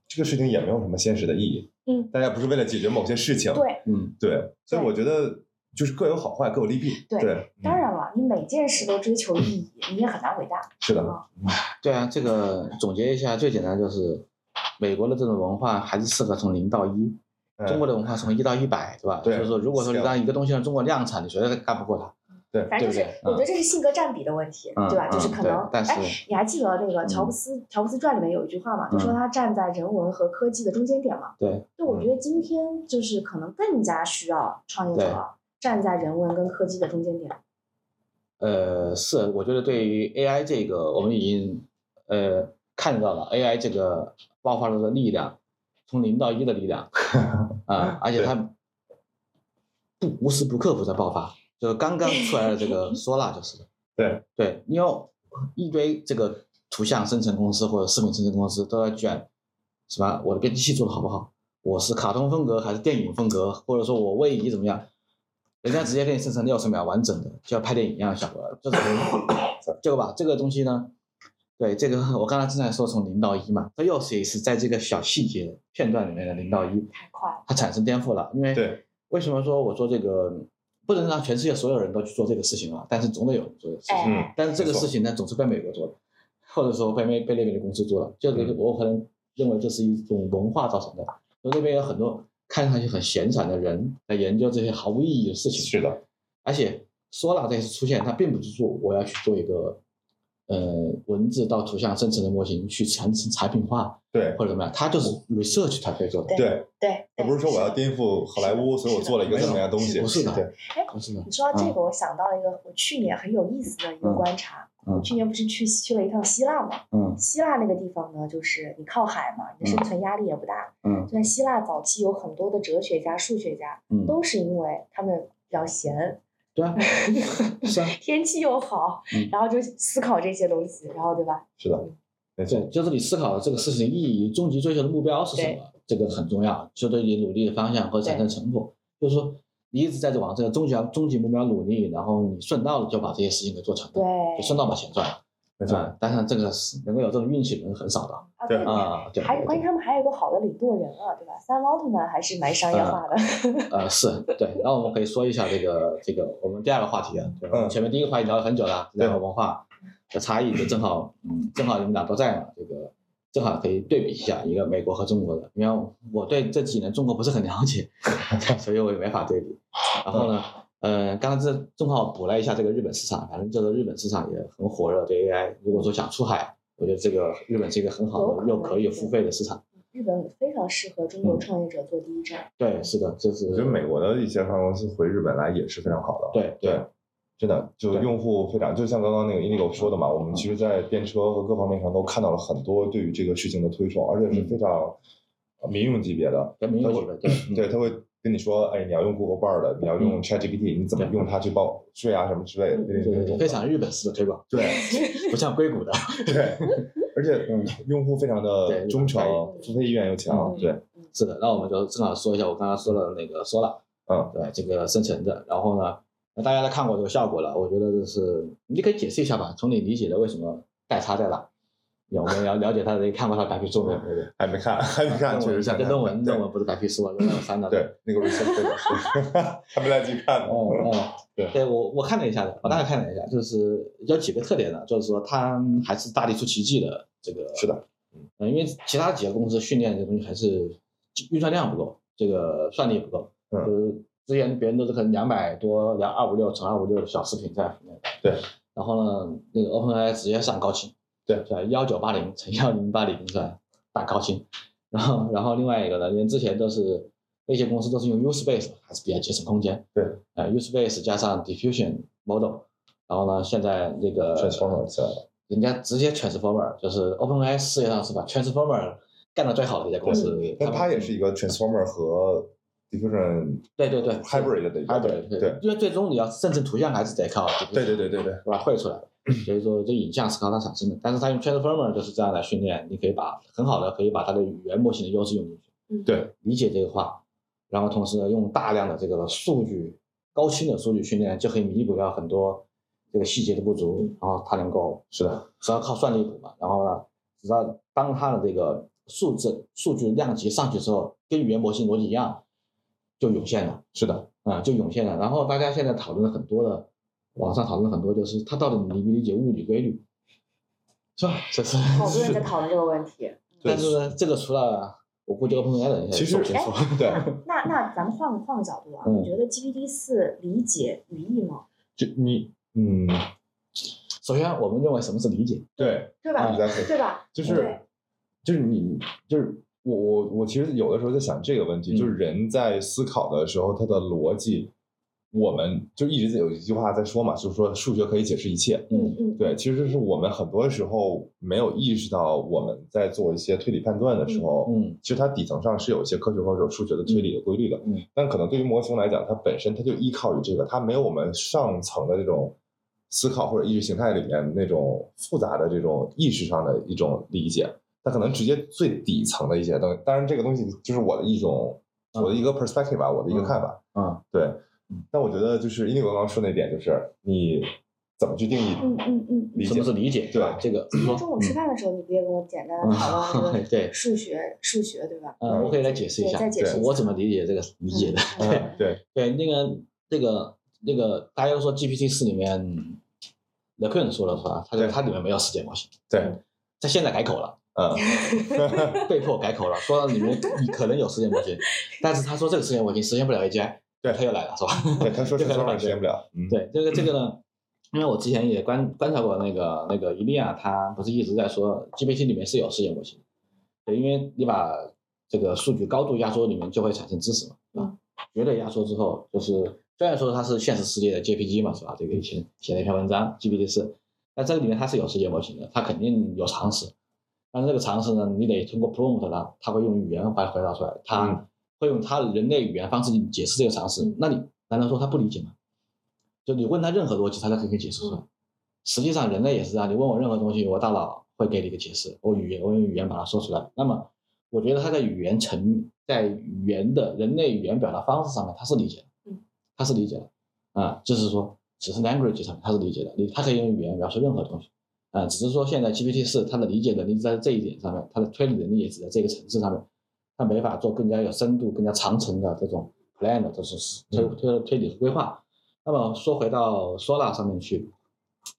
D: 这个事情也没有什么现实的意义，
C: 嗯，
D: 大家不是为了解决某些事情，
C: 对，
B: 嗯，
D: 对，所以
C: 对
D: 我觉得就是各有好坏，各有利弊，
C: 对
D: 对，
C: 当
D: 嗯
C: 然了，你每件事都追求意义，你也很难伟大。
D: 是的，
B: 对啊，这个总结一下，最简单就是美国的这种文化还是适合从零到一，
D: 嗯
B: 中国的文化从一到一百，对吧？
D: 对啊
B: 就是说，如果说你
D: scale
B: 让一个东西让中国量产，你绝对干不过它。
C: 反正就是，
B: 对不对
C: 我觉得这是性格占比的问题，
B: 嗯
C: 对吧？就是
B: 嗯
C: 可
B: 对
C: 能，
B: 但是
C: 哎，你还记得那个乔布斯《乔布斯传》里面有一句话嘛，就说
B: 嗯
C: 他站在人文和科技的中间点嘛。
B: 对，
C: 就我觉得今天就是可能更加需要创业
B: 对
C: 者站在人文跟科技的中间点。
B: 呃，是，我觉得对于 AI 这个，我们已经呃看到了 AI 这个爆发出的力量，从零到一的力量啊，而且它不无时不刻不在爆发，就是刚刚出来的这个 Sora 就是了
D: 对
B: 对，你有一堆这个图像生成公司或者视频生成公司都在卷什么我的编辑器做的好不好，我是卡通风格还是电影风格，或者说我位移怎么样，人家直接给你生成六十秒完整的，就像拍电影一样的效果了，就是这个吧，这个东西呢。对这个，我刚才正在说从零到一嘛，它又是一次在这个小细节片段里面的零到一，
C: 太快了，
B: 它产生颠覆了。因为
D: 哎对
B: 为什么说我说这个不能让全世界所有人都去做这个事情啊？但是总得有人做这个事情。
D: 嗯
C: 哎，
B: 但是这个
D: 没错
B: 事情呢，总是被美国做的，或者说被美被那边的公司做了，就是
D: 嗯
B: 我可能认为这是一种文化造成的。就那边有很多看上去很闲散的人来研究这些毫无意义的事情。
D: 是的，
B: 而且说了这次出现，它并不是说我要去做一个呃文字到图像生成的模型去产生产品化
D: 对
B: 或者怎么样，它就是
D: 嗯
B: research 才可以做的。
D: 对。
C: 对，
D: 而不是说我要
C: 对。
D: 颠覆好莱坞，
C: 是的
D: 所以我做了一个什么样的东西？
B: 不是的
D: 对，
B: 不是的
C: 哎你说到这个，我想到了一个我去年很有意思的一个
B: 嗯
C: 观察。
B: 嗯
C: 我去年不是去去了一趟希腊嘛？
B: 嗯
C: 希腊那个地方呢，就是你靠海嘛，你的生存压力也不大。
B: 嗯
C: 就在希腊早期有很多的哲学家、数学家，
B: 嗯，
C: 都是因为他们比较闲，
B: 对啊，是啊，
C: 天气又好，
B: 嗯
C: 然后就思考这些东西，然后对吧？
D: 是的，
B: 对
D: 没错，，
B: 就是你思考这个事情意义、终极追求的目标是什么，这个很重要，就对你努力的方向和产生成果。就是说，你一直在往这个终极终极目标努力，然后你顺道就把这些事情给做成
C: 对
B: 了，，就顺道把钱赚了。
D: 没错，
B: 啊，但是这个是能够有这种运气的人很少的
C: 啊
D: 对
B: 啊。对，
C: 还
B: 对
C: 关
B: 对
C: 键他们还有一个好的领舵人啊，对吧？三奥特曼还是蛮商业
B: 嗯
C: 化的，
B: 呃，是对。然后我们可以说一下这个这个我们第二个话题啊，对吧？我们前面第一个话题聊了很久了，
D: 对
B: 两个文化的差异，就正好嗯，正好你们俩都在嘛，这个正好可以对比一下一个美国和中国的，因为我对这几年中国不是很了解， 所以我也没法对比。然后呢？呃，刚刚这正好补了一下这个日本市场，反正这个日本市场也很火热，对 AI，如果说想出海，我觉得这个日本是一个很好的又可以付费的市场。
C: 日本非常适合中
B: 嗯
C: 国创业者做第一站。
B: 对，是的，就是
D: 我觉得美国的一些航空公司回日本来也是非常好的。
B: 对
D: 对，真的就
B: 对嗯
D: 用户非常，就像刚刚那个 Indigo 说的嘛，我们其实，在电车和各方面上都看到了很多对于这个事情的推崇，而且
B: 嗯
D: 是非常呃民用级别的。
B: 跟民用级的，对嗯
D: 对，他会跟你说，哎，你要用 Google Bar 的，你要用
B: 嗯
D: ChatGPT，你怎么
B: 对
D: 用它去报税啊什么之类的。
B: 对对对，非常日本式的推广，
D: 对，
B: 不像硅谷的。
D: 对，而且用户非常的
B: 嗯对
D: 忠诚
B: 对，
D: 付费意愿又强
B: 哦
C: 嗯，
D: 对，
B: 是的，那我们就正好说一下我刚刚说的那个说了，
D: 嗯，
B: 对这个生成的，然后呢，那大家都看过这个效果了，我觉得就是你可以解释一下吧，从你理解的为什么代差在哪？有没有了了解他的看过他白皮书没有？对不对
D: 还没看，还没看，确实想
B: 这
D: 看
B: 论文
D: 对
B: 论文不是白皮书啊，论文翻的。
D: 对，那个 research paper 是 还没来得及看呢。
B: 哦哦，
D: 对
B: 对我我看了一下的，我大概看了一下，就是有几个特点呢，就是说它还是大力出奇迹的这个，
D: 是的，
B: 嗯，因为其他几个公司训练这个东西还是运算量不够，这个算力不够，
D: 嗯
B: 就是之前别人都是可能两百多、两二五六乘二五六的小视频在里面。
D: 对。
B: 然后呢，那个 OpenAI 直接上高清。
D: 对
B: 是吧？幺九八零乘幺零八零是吧？大高清。然后，然后另外一个呢，因为之前都是那些公司都是用 Uspace，还是比较节省空间。
D: 对。
B: 呃，Uspace 加上 Diffusion Model，然后呢，现在这个
D: transformer 起来了，
B: 人家直接 Transformer，就是 OpenAI 世界上是把 Transformer 干到最好的一家公司。
D: 但它嗯也是一个 transformer 和 diffusion
B: 对对对
D: hybrid 的一个
B: hybrid
D: 对
B: 因为最终你要生成图像还是得靠
D: 对对对对对，
B: 对吧绘出来的，所以说这影像是靠它产生的，但是它用 transformer 就是这样来训练，你可以把很好的可以把它的语言模型的优势用进去，
C: 嗯
D: 对，
B: 理解这个话，然后同时呢用大量的这个数据高清的数据训练就可以弥补掉很多这个细节的不足，然后它能够
D: 是的，
B: 只要靠算力补嘛，然后呢，只要当它的这个数字数据量级上去之后，跟语言模型逻辑一样，就涌现了。
D: 是的，
B: 啊、就涌现了。然后大家现在讨论很多的，网上讨论很多，就是它到底理不理解物理规律，是吧？这是
C: 好多人在讨论这个问题。
B: 但是呢， 这个除了我估计 OpenAI 的人
D: 其实
B: 首先说，
D: 对，
C: 那那咱们换个换个角度啊，
B: 嗯
C: 你觉得 GPT 四理解语义吗？
D: 就你嗯，
B: 首先我们认为什么是理解？
D: 对，
C: 对
B: 嗯
C: 吧？
D: exactly
C: 对吧？
D: 就是
C: 对
D: 就是你就是我我我其实有的时候在想这个问题，
B: 嗯
D: 就是人在思考的时候，他的逻辑，我们就一直在有一句话在说嘛，就是说数学可以解释一切。
C: 嗯嗯，
D: 对，其实是我们很多时候没有意识到，我们在做一些推理判断的时候，
B: 嗯
D: 其实它底层上是有一些科学或者数学的推理的规律的，
B: 嗯，
D: 但可能对于模型来讲，它本身它就依靠于这个，它没有我们上层的这种思考或者意识形态里面那种复杂的这种意识上的一种理解，它可能直接最底层的一些东西。当然，这个东西就是我的一种
B: 嗯
D: 我的一个 perspective 吧，我的一个看法。
B: 啊、
D: 对，但我觉得就是因为我刚刚说那点，就是你怎么去定义
C: 嗯嗯嗯嗯。
D: 理
B: 什
D: 解
B: 么？是理解？啊
D: 对嗯
B: 吧这个
C: 今天中午吃饭的时候，你不也跟我简单的讨论
B: 嗯对
C: 这个数学数学对吧？
B: 嗯，我可以来解释一
C: 对
B: 下
C: 再解释一下
B: 我怎么理解这个理解的。
C: 嗯
D: 嗯，对，
B: 对，那个那个那个，大家都说 GPT 四里面 l e q u n 说了是吧？他说
D: 对
B: 它里面没有世界模型，
D: 对，
B: 他现在改口了，
D: 嗯，
B: 被迫改口了，说里面可能有世界模 型，但是他说这个世界模型实现不了 AGI，
D: 对
B: 他又来了是吧？
D: 对，他说
B: 这
D: 是
B: 个
D: 双
B: 很
D: 实现不了，嗯，
B: 对，这个这个呢，因为我之前也观观察过那个那个伊利亚，他不是一直在说 GPT 里面是有世界模型，对，因为你把这个数据高度压缩里面就会产生知识嘛，是吧？绝对压缩之后，就是虽然说它是现实世界的 JPG 嘛，是吧？这个以前写了一篇文章 GPT 四，那这个里面它是有世界模型的，它肯定有常识，但是这个常识呢，你得通过 prompt 呢，它会用语言把它回答出来，它会用它人类语言方式去解释这个常识
C: 嗯，
B: 那你难道说它不理解吗？就你问他任何逻辑，他都可以给你解释出来。实际上，人类也是这样，你问我任何东西，我大脑会给你一个解释，我语言我用语言把它说出来。那么，我觉得他在语言层，在语言的人类语言表达方式上面，他是理解的，
C: 嗯，
B: 他是理解的，啊、就是说，只是 language 上面他是理解的，你他可以用语言描述任何东西，啊、只是说现在 GPT 四它的理解能力在这一点上面，它的推理能力也只在这个层次上面，它没法做更加有深度、更加长程的这种 plan 的这种推推推理和规划。那么说回到 Sola 上面去，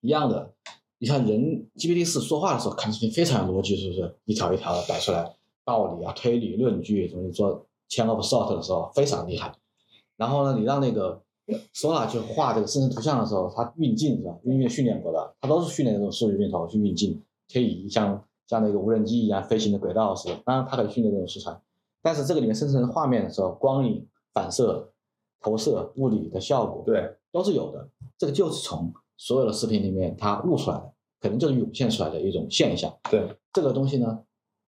B: 一样的，你看人 GPT 四说话的时候，看上去非常有逻辑，是不是？一条一条的摆出来道理啊、推理、论据，怎么做 chain of thought 的时候非常厉害。然后呢，你让那个 Sola 去画这个生成图像的时候，它运镜是吧？因为训练过的，它都是训练这种数据镜头去运镜推移，像像那个无人机一样飞行的轨道似的。当然，它可以训练这种素材，但是这个里面生成画面的时候，光影、反射、投射、物理的效果，
D: 对，
B: 都是有的。这个就是从所有的视频里面它悟出来的，可能就是涌现出来的一种现象。
D: 对，
B: 这个东西呢，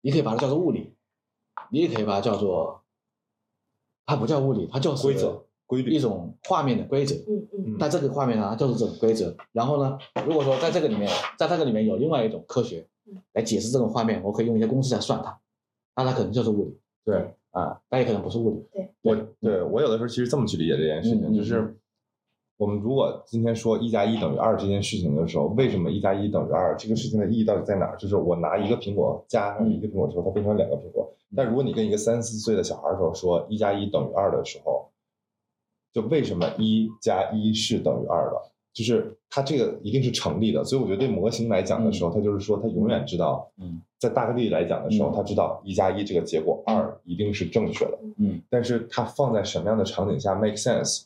B: 你可以把它叫做物理，你也可以把它叫做，它不叫物理，它就是
D: 规则规律
B: 一种画面的规则。
C: 嗯嗯
D: 嗯
B: 但这个画面呢，它就是这种规则。然后呢，如果说在这个里面，在这个里面有另外一种科学
C: 嗯
B: 来解释这种画面，我可以用一些公式来算它，那它可能就是物理
D: 对。
B: 啊，但也可能不是物理。
D: 我
B: 对
D: 对我有的时候其实这么去理解这件事情，
B: 嗯嗯
D: 就是我们如果今天说一加一等于二这件事情的时候，为什么一加一等于二这个事情的意义到底在哪儿？就是我拿一个苹果加
B: 嗯
D: 上一个苹果之后，它变成两个苹果。但如果你跟一个三四岁的小孩儿时候说一加一等于二的时候，就为什么一加一是等于二的？就是它这个一定是成立的，所以我觉得对模型来讲的时候，它就是说它永远知道，
B: 嗯，
D: 在大概率来讲的时候，
B: 嗯
D: 它知道一加一这个结果二一定是正确的，
B: 嗯，
D: 但是它放在什么样的场景下 make sense，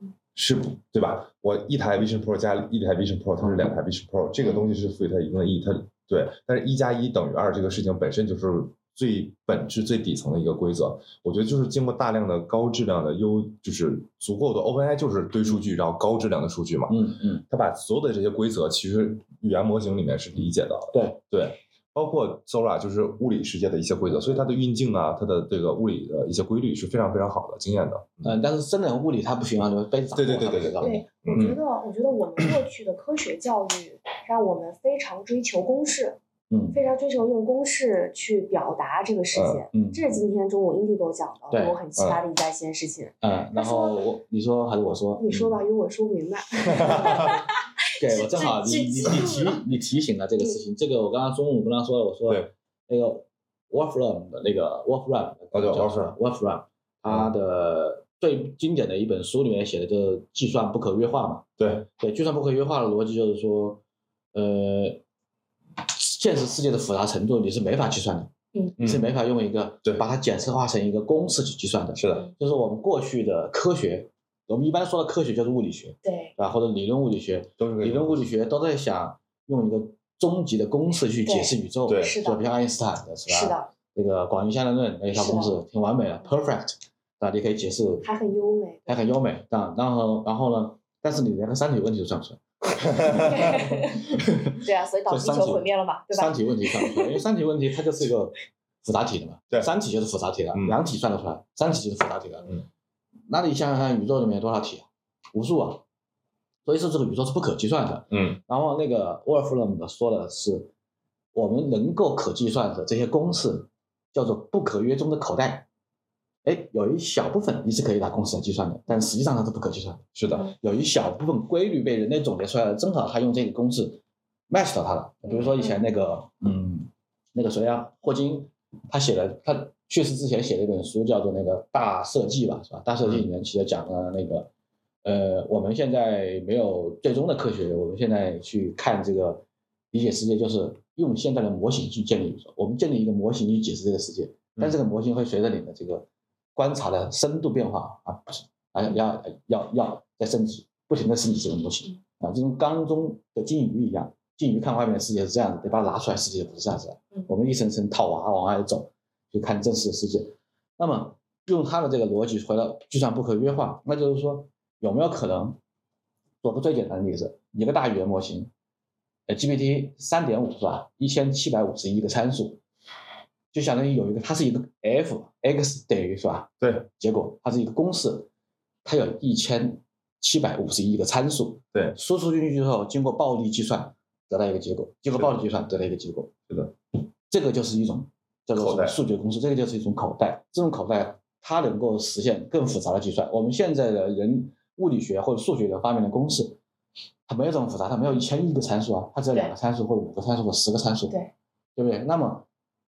C: 嗯
D: 是不对吧？我一台 Vision Pro 加一台 Vision Pro，它是两台 Vision Pro，这个东西是赋予它一定的意义，它对，但是一加一等于二这个事情本身就是最本质、最底层的一个规则。我觉得就是经过大量的高质量的优，就是足够的 OpenAI 就是堆数据，然后高质量的数据嘛。
B: 嗯嗯，
D: 它把所有的这些规则，其实语言模型里面是理解的。
B: 对
D: 对，包括 Sora 就是物理世界的一些规则，所以它的运镜啊，它的这个物理的一些规律是非常非常好的、惊艳的。嗯
B: 嗯，但是生冷物理它不行啊，你们被掌握
D: 对对对对对
B: 它不知道
C: 对，我觉得，我觉得我们过去的科学教育让我们非常追求公式，
B: 嗯
C: 非常追求用公式去表达这个世界。
B: 嗯
C: 这是今天中午 Indigo 讲的，
B: 对
C: 对我嗯很奇葩的一件件事情。
B: 嗯，然后我你说还是我说？
C: 你说吧，因为我说不 明白。
B: 对，我正好你
C: 这
B: 你
C: 这
B: 你
C: 记
B: 提
C: 住了
B: 你提醒了这个事情，这个我刚刚中午跟他说了，我说
D: 对
B: 那个 Wolfram 的那个 Wolfram，
D: 哦对嗯
B: Wolfram Wolfram，他的最经典的一本书里面写的就是计算不可约化嘛，
D: 对，
B: 对，计算不可约化的逻辑就是说，呃，现实世界的复杂程度你是没法计算的，
C: 嗯
B: 你是没法用一个
D: 对
B: 把它检测化成一个公式去计算的，
D: 是的，
B: 就是我们过去的科学，我们一般说的科学就是物理学，
C: 对，
B: 啊，或者理论物理学，
D: 都是
B: 理论物理学都在想用一个终极的公式去解释宇宙，
D: 对
C: 是的
B: 就比如爱因斯坦的是吧？
C: 是的，
B: 那个广义相对论那一套公式挺完美的，perfect，啊，你可以解释
C: 还很优美。
B: 还很优美，但然后然后呢？但是你连个三体问题都算不出来，
C: 对啊，所以导致
B: 这三
C: 地
B: 体
C: 球毁灭了嘛，对
B: 三
C: 吧？
B: 体问题算不出来，因为三体问题它就是一个复杂题的嘛，
D: 对
B: 三体就是复杂题了，
D: 嗯
B: 两体算得出来，三体就是复杂题了，
D: 嗯，
B: 那你想想看，宇宙里面有多少体啊？无数啊，所以说这个宇宙是不可计算的，
D: 嗯
B: 然后那个沃尔夫勒姆的说的是，我们能够可计算的这些公式叫做不可约中的口袋。哎，有一小部分你是可以拿公式来计算的，但实际上它是不可计算的。
D: 是的，
B: 有一小部分规律被人类总结出来了，正好他用这个公式 match 到它了。比如说以前那个，嗯，那个谁啊，霍金，他写了，他去世之前写了一本书，叫做那个《大设计》吧，是吧？《大设计》里面其实讲了那个，呃，我们现在没有最终的科学，我们现在去看这个理解世界，就是用现在的模型去建立宇宙，我们建立一个模型去解释这个世界，但这个模型会随着你的这个观察的深度变化啊，啊，要要要再升级，不停的升级这个模型啊，就跟缸中的金鱼一样，金鱼看外面的世界是这样子，得把它拿出来，世界不是这样子的
C: 嗯。
B: 我们一层层套娃往外走，去看真实的世界。那么用他的这个逻辑回到计算不可约化，那就是说有没有可能？做个最简单的例子，一个大语言模型，呃，GPT 三点五是吧？一千七百五十一个参数，就相当于有一个，它是一个 f x 等于是吧？
D: 对
B: 结果它是一个公式，它有一千七百五十一个参数，
D: 对，
B: 输出进去之后，经过暴力计算得到一个结果，经过暴力计算得到一个结果，
D: 是的，
B: 这个就是一种叫做
D: 口
B: 什
D: 袋
B: 么数学公式，这个就是一种口袋，这种口袋它能够实现更复杂的计算。我们现在的人物理学或者数学的发明的公式，它没有这么复杂，它没有一千亿个参数啊，它只有两个参数或者五个参数或者十个参数，
C: 对，
B: 对不对？那么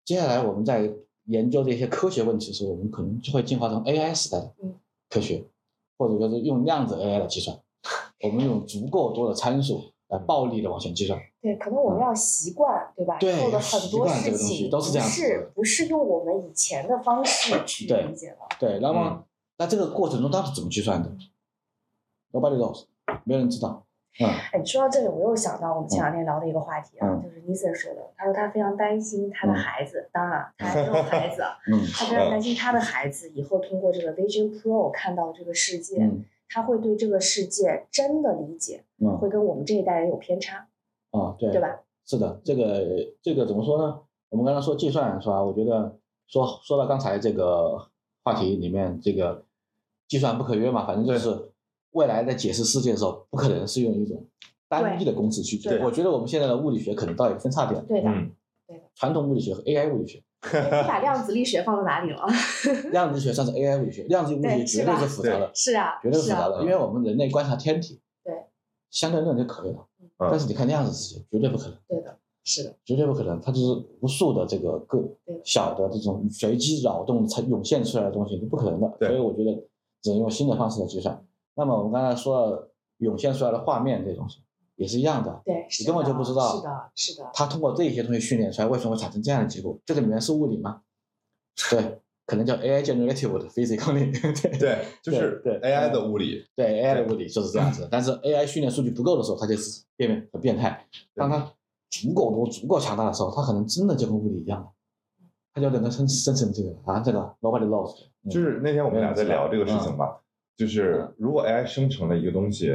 B: 接下来我们在研究这些科学问题的时候，我们可能就会进化成 AI 时代的
C: 嗯
B: 科学，或者就是用量子 AI 来计算， 我们用足够多的参数来暴力的往前计算。
C: 对，可能我们要习惯，对吧？
B: 嗯对
C: 做的
B: 要
C: 很
B: 习
C: 多
B: 惯这
C: 事
B: 个东西
C: 情
B: 都是这样
C: 不
B: 子的
C: 是不是用我们以前的方式去
B: 对
C: 理解了。
B: 对，那么、
D: 嗯
B: 那这个过程中到底怎么计算的？Nobody knows，没有人知道。嗯
C: 哎，你说到这里，我又想到我们前两天聊的一个话题啊，
B: 嗯
C: 就是 Nissen 说的，他说他非常担心他的
B: 嗯
C: 孩子，当然他还没有孩子啊，
B: 嗯
C: 他非常担心他的孩子以后通过这个 Vision Pro 看到这个世界，
B: 嗯
C: 他会对这个世界真的理解
B: 嗯
C: 会跟我们这一代人有偏差，
B: 啊，对
C: 对吧？
B: 是的，这个这个怎么说呢？我们刚才说计算是吧？我觉得说说到刚才这个话题里面，这个计算不可约嘛，反正就是未来在解释世界的时候，不可能是用一种单一的公式去解
C: 对。
B: 我觉得我们现在的物理学可能到一个分叉点，
C: 对的。哎
D: 嗯
B: 传统物理学和 AI 物理学，
C: 你把量子力学放到哪里了？
B: 量子学算是 AI 物理学，量子物理学绝
C: 对是
B: 对
C: 吧
B: 是复杂的，
C: 是啊，
B: 绝对复
C: 是
B: 杂
C: 啊，
B: 的，因为我们人类观察天体，
C: 对，
B: 相对论就可以了。
D: 嗯
B: 但是你看量子世界，绝对不可能。
C: 对的，是的，
B: 绝对不可能，它就是无数的这个个
C: 对
B: 小的这种随机扰动才涌现出来的东西，是不可能的。
D: 对
B: 所以我觉得只能用新的方式来计算。那么我们刚才说了涌现出来的画面这些东西也是一样的。
C: 对，是
B: 你根本就
C: 的
B: 不知道
C: 是的，是的，
B: 他通过这些东西训练出来，为什么会产生这样的结果？这个里面是物理 吗？对，可能叫 AI generated physically 对。
D: 对，就是
B: 对对
D: AI 的物理，
B: 对 AI 的物理就是这样子的，但是 AI 训练数据不够的时候，它就是变变很变态。
D: 对
B: 当它足够多、足够强大的时候，它可能真的就跟物理一样了，它就能够生生成这个啊，这个 nobody knows。嗯
D: 就是那天我们俩在聊这个事情嘛，就是如果 AI 生成了一个东西，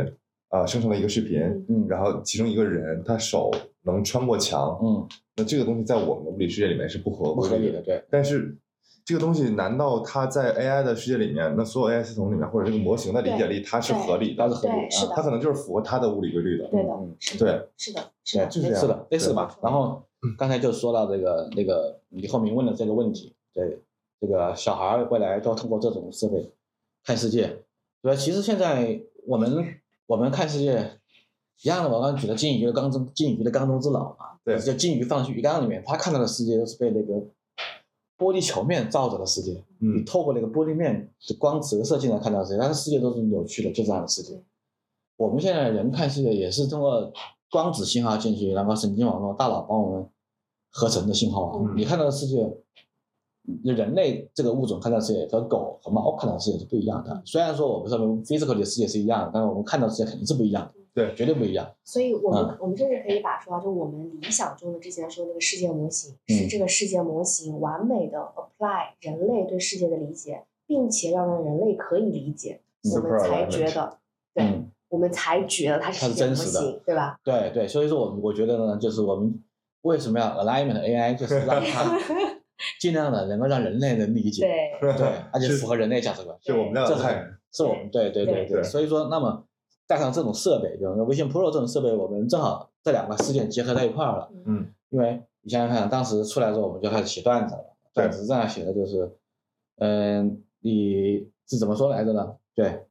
D: 呃，生成了一个视频，
B: 嗯
D: 然后其中一个人他手能穿过墙，
B: 嗯，
D: 那这个东西在我们的物理世界里面是不合
B: 不合
D: 规
B: 理
D: 律
B: 的，
D: 的。
B: 对，
D: 但是这个东西难道它在 AI 的世界里面，那所有 AI 系统里面或者这个模型的理解力它是合理
B: 它是
D: 的？
B: 合理
C: 对，是
B: 啊。
D: 它可
C: 的，
D: 能就是符合它的物理规律的。
C: 对的
B: 嗯，
C: 是的，
D: 对，
C: 是的，是
B: 对，
C: 的，
D: 哦就是
C: 没
D: 这样嗯
B: 是
C: 错
B: 的，类似吧。然后刚才就说到这个那个，你后面问的这个问题，对，这个小孩儿未来都通过这种设备看世界。对，其实现在我们我们看世界一样的，我刚刚举的金鱼的缸中，金鱼的缸中之老嘛，
D: 对
B: 就金鱼放去鱼缸里面，它看到的世界都是被那个玻璃球面罩着的世界。你
D: 嗯，
B: 透过那个玻璃面的光折射进来看到的世界，但是世界都是扭曲的，就这样的世界
C: 对。
B: 我们现在人看世界也是通过光子信号进去，然后神经网络、大脑帮我们合成的信号啊。
D: 嗯
B: 你看到的世界，人类这个物种看到的世界和狗和猫看到的世界是不一样的。
D: 嗯
B: 虽然说我们说我们 physical 的世界是一样的，但是我们看到的世界肯定是不一样的，
D: 对
B: 绝对不一样。
C: 所以我
B: 嗯
C: 们、我们甚至可以把说啊，就我们理想中的之前说那个世界模型，是
B: 嗯
C: 这个世界模型完美的 apply 人类对世界的理解，并且要让人类可以理解，
B: 嗯
C: 我们
D: Super
C: 才
D: alignment
C: 觉得，对，
B: 嗯，
C: 我们才觉得它是
B: 它是
C: 世界模
B: 真实的
C: 型，对吧？
B: 对对，所以说我我觉得呢，就是我们为什么要 alignment AI，就是让 它尽量的能够让人类能理解。
C: 对，
B: 对，而且
D: 是
B: 符合人类价值观，
D: 是我们家
B: 这
D: 的
B: 是
D: 菜。
B: 是我们对对对
C: 对
B: 对，
D: 对
B: 所以说那么带上这种设备，比如说微信 Pro 这种设备，我们正好这两个事件结合在一块儿了，
D: 嗯
B: 因为你想想看，当时出来的时候我们就开始写段子了，
D: 对
B: 段子这样写的就是，嗯，你是怎么说来着呢？对。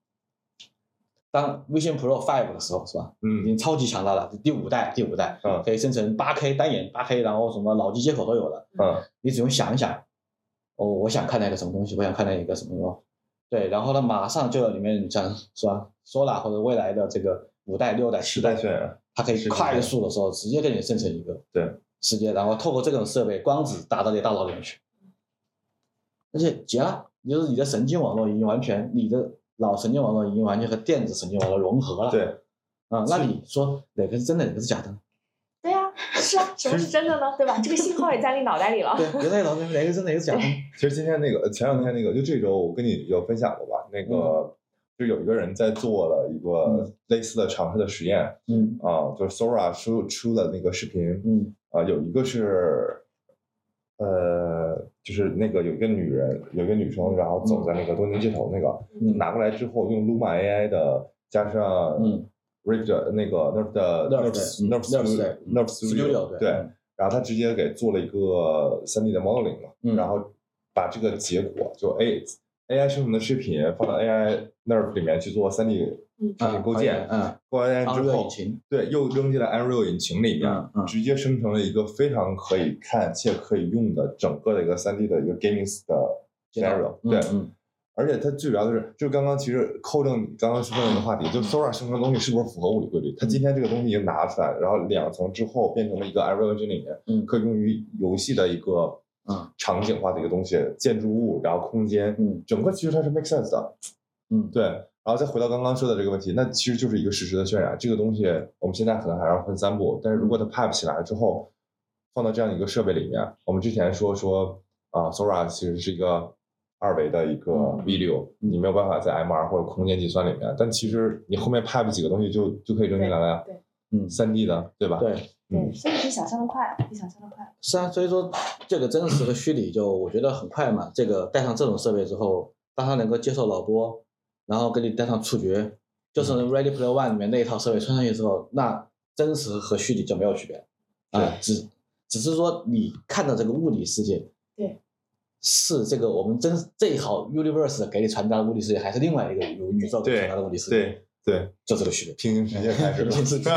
B: 当微信 Pro Five 的时候，是吧？已
D: 嗯
B: 经超级强大了，第五代，第五代
D: 嗯
B: 可以生成 8K 单眼 8K，然后什么脑机接口都有了。
D: 嗯
B: 你只用想一想，哦，我想看到一个什么东西，我想看到一个什么东西，对，然后呢，马上就有里面像是吧，Sola 或者未来的这个五代、六代、
D: 时
B: 七
D: 代
B: 代，
D: 渲染，
B: 它可以
D: 是
B: 快速的时候直接给你生成一个
D: 对
B: 世界，然后透过这种设备光子打到你的大脑里面去，而且结了，也就是你的神经网络已经完全，你的脑神经网络已经完全和电子神经网络融合了，，
D: 对，
B: 啊、那你说哪个是真的，哪个是假的 呢？
C: 对啊，是啊，什么是真的呢？对吧？这个信号也在你脑袋里了。
B: 对，别在脑子里面哪个是真的，哪个是假的呢？
D: 其实今天那个呃前两天那个，就这周我跟你有分享过吧？那
C: 嗯
D: 个就有一个人在做了一个
B: 嗯
D: 类似的尝试的实验
B: 嗯
D: 啊，就是 Sora 出出的那个视频
B: 嗯
D: 啊，有一个是呃，就是那个有一个女人，有一个女生，然后走在那个东京街头那个，
B: 嗯
D: 拿过来之后用 Luma AI 的加上
B: 嗯
D: Rig 的那个 Nerf 的
B: Nerf 嗯对嗯
D: Nerf
B: Nerf 对
D: Nerf 嗯
B: ，Studio
D: 对。然后他直接给做了一个 3D 的 modeling 嘛，
B: 嗯
D: 然后把这个结果就哎 A AI 生成的视频放到 AI Nerve 里面去做 3D
C: 嗯
D: 场景构建，
B: 嗯，
D: 构完 AI 啊之
B: 热
D: 后
B: 引，擎，
D: 对，又扔进了 Unreal 引擎里面，
B: 嗯嗯
D: 直接生成了一个非常可以看且可以用的整个的一个 3D 的一个 gaming 的 scenario，、对。
B: 嗯
D: 而且它最主要的是，就是刚刚其实扣正你刚刚说的那个话题，
B: 嗯
D: 就是 Sora 生成的东西是不是符合物理规律？它今天这个东西已经拿出来，然后两层之后变成了一个 Unreal Engine 里面
B: 嗯
D: 可以用于游戏的一个
B: 嗯
D: 场景化的一个东西，建筑物，然后空间，
B: 嗯
D: 整个其实它是 make sense 的。
B: 嗯，
D: 对，然后再回到刚刚说的这个问题，那其实就是一个实时的渲染。这个东西我们现在可能还要分三步，但是如
B: 嗯
D: 果它 pipe 起来之后，放到这样一个设备里面，我们之前说说啊、s o r a 其实是一个二维的一个
B: 嗯
D: video，、你没有办法在 MR 或者空间计算里面，但其实你后面 pipe 几个东西就就可以扔进来了呀。
C: 对对
B: 嗯
D: 三 D 的，对吧？
B: 对，
C: 对，所以比想象的快，比想象的快。
B: 是啊，所以说这个真实和虚拟就我觉得很快嘛，这个带上这种设备之后，当它能够接受脑波，然后给你带上触觉，就是
D: 嗯
B: Ready Player One 里面那一套设备穿上去之后，那真实和虚拟就没有区别了啊
D: 对，
B: 只只是说你看到这个物理世界，
C: 对，
B: 是这个我们真这一套 Universe 给你传达的物理世界，还是另外一个宇宇宙给你传达的物理世界，，
D: 对对，
B: 就这个区别。
D: 平行世界开始了
B: 平行世界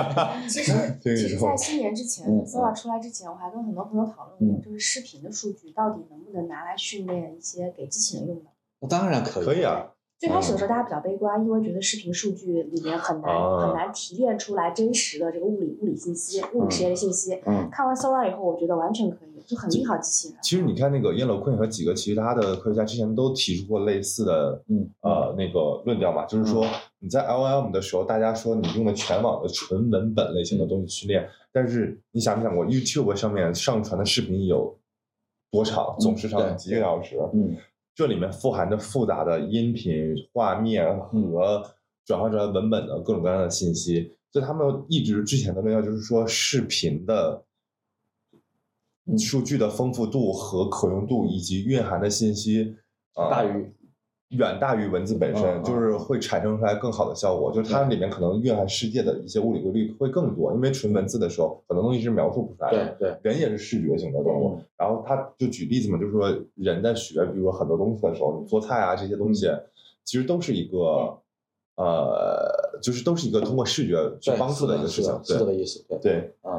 C: 其
B: 嗯
C: 实，
D: 对
C: 其实，
D: 然后
C: 在新年之前
B: 嗯嗯
C: ，Sora 出来之前，我还跟很多朋友讨论过，
B: 嗯
C: 就是视频的数据到底能不能拿来训练一些给机器人用的。
B: 那当然可以，
D: 可以啊，
C: 最开始的时候，大家比较悲观，因为觉得视频数据里面很难、
D: 啊
C: 很难提炼出来真实的这个物理物理信息、物理实验的信息。
B: 嗯，
C: 看完 Sora 以后，我觉得完全可以，就很利好机器
B: 啊
C: 人。
D: 其实你看那个耶罗昆和几个其他的科学家之前都提出过类似的，
B: 嗯
D: 呃，那个论调嘛，就是说你在 LLM 的时候，大家说你用的全网的纯文本类
B: 嗯
D: 型的东西去练，但是你想没想过 YouTube 上面上传的视频有多长？总时
B: 嗯对
D: 长几个小时？
B: 嗯
D: 这里面富含着复杂的音频、画面
B: 嗯
D: 和转化出来文本的各种各样的信息，所以他们一直之前的论调就是说，视频的
B: 嗯
D: 数据的丰富度和可用度以及蕴含的信息，啊
B: 大于
D: 远大于文字本
B: 嗯嗯
D: 身，就是会产生出来更好的效果。就是它里面可能蕴含世界的一些物理规律会更多，因为纯文字的时候，很多东西是描述不出来的
B: 对。对，
D: 人也是视觉型的动物，然后他就举例子嘛，就是说人在学，比如说很多东西的时候，你做菜啊这些东西，
B: 嗯
D: 其实都是一个，呃，就是都是一个通过视觉去
B: 对
D: 帮助
B: 是
D: 的
B: 的
D: 一个事情，
B: 是的是这
D: 对
B: 个意思，对，
D: 对，
B: 嗯，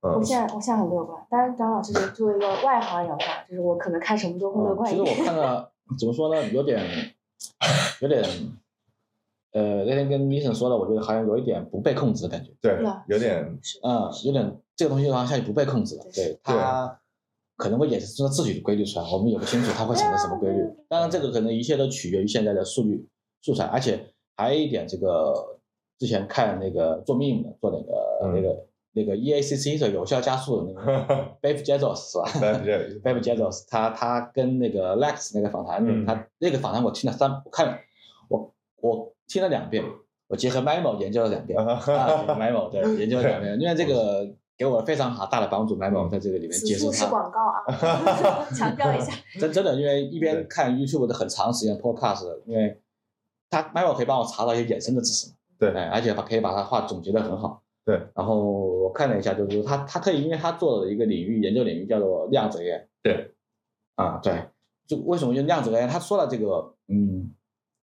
C: 我
D: 嗯，
C: 现在我现在很乐观，当然，张老师作为一个外行眼光，就是我可能看什么都会乐
B: 嗯
C: 观
B: 其
C: 一
B: 实
C: 点。
B: 我看了，怎么说呢，有点 有点，呃，那天跟 Mason 说了，我觉得好像有一点不被控制的感觉，
D: 对
C: 对啊，
D: 有点
C: 是
B: 嗯，有点这个东西好像下去不被控制了，对它可能会衍生出自己的规律出来，我们也不清楚它会产生什么规律。当然，这个可能一切都取决于现在的数据素材，而且还有一点，这个之前看那个做 meme 的，做那个、
D: 嗯
B: 那个那个 E EACC 的有效加速的那个 Bev Jezos 是吧？
D: 但是
B: Bev Jezos，他他跟那个 Lex 那个访谈，
D: 嗯
B: 他那个访谈我听了三，我看我我听了两遍，我结合 Memo 研究了两遍，
D: 啊
B: 啊，Memo 对研究了两遍，因为这个给我非常好大的帮助，Memo
D: 嗯
B: 在这个里面
C: 此
B: 接受
C: 处是
B: 它，
C: 广告 啊，强调一下。
B: 真真的，因为一边
D: 对
B: 看 YouTube 的很长时间 Podcast，因为他 Memo 可以帮我查到一些衍生的知识嘛，
D: 对
B: 哎，而且把可以把它话总结的很好。
D: 对，
B: 然后我看了一下，就是他他可以，因为他做了一个领域研究领域叫做量子 AI，
D: 对，
B: 啊，对，就为什么用量子 AI？他说了这个，嗯，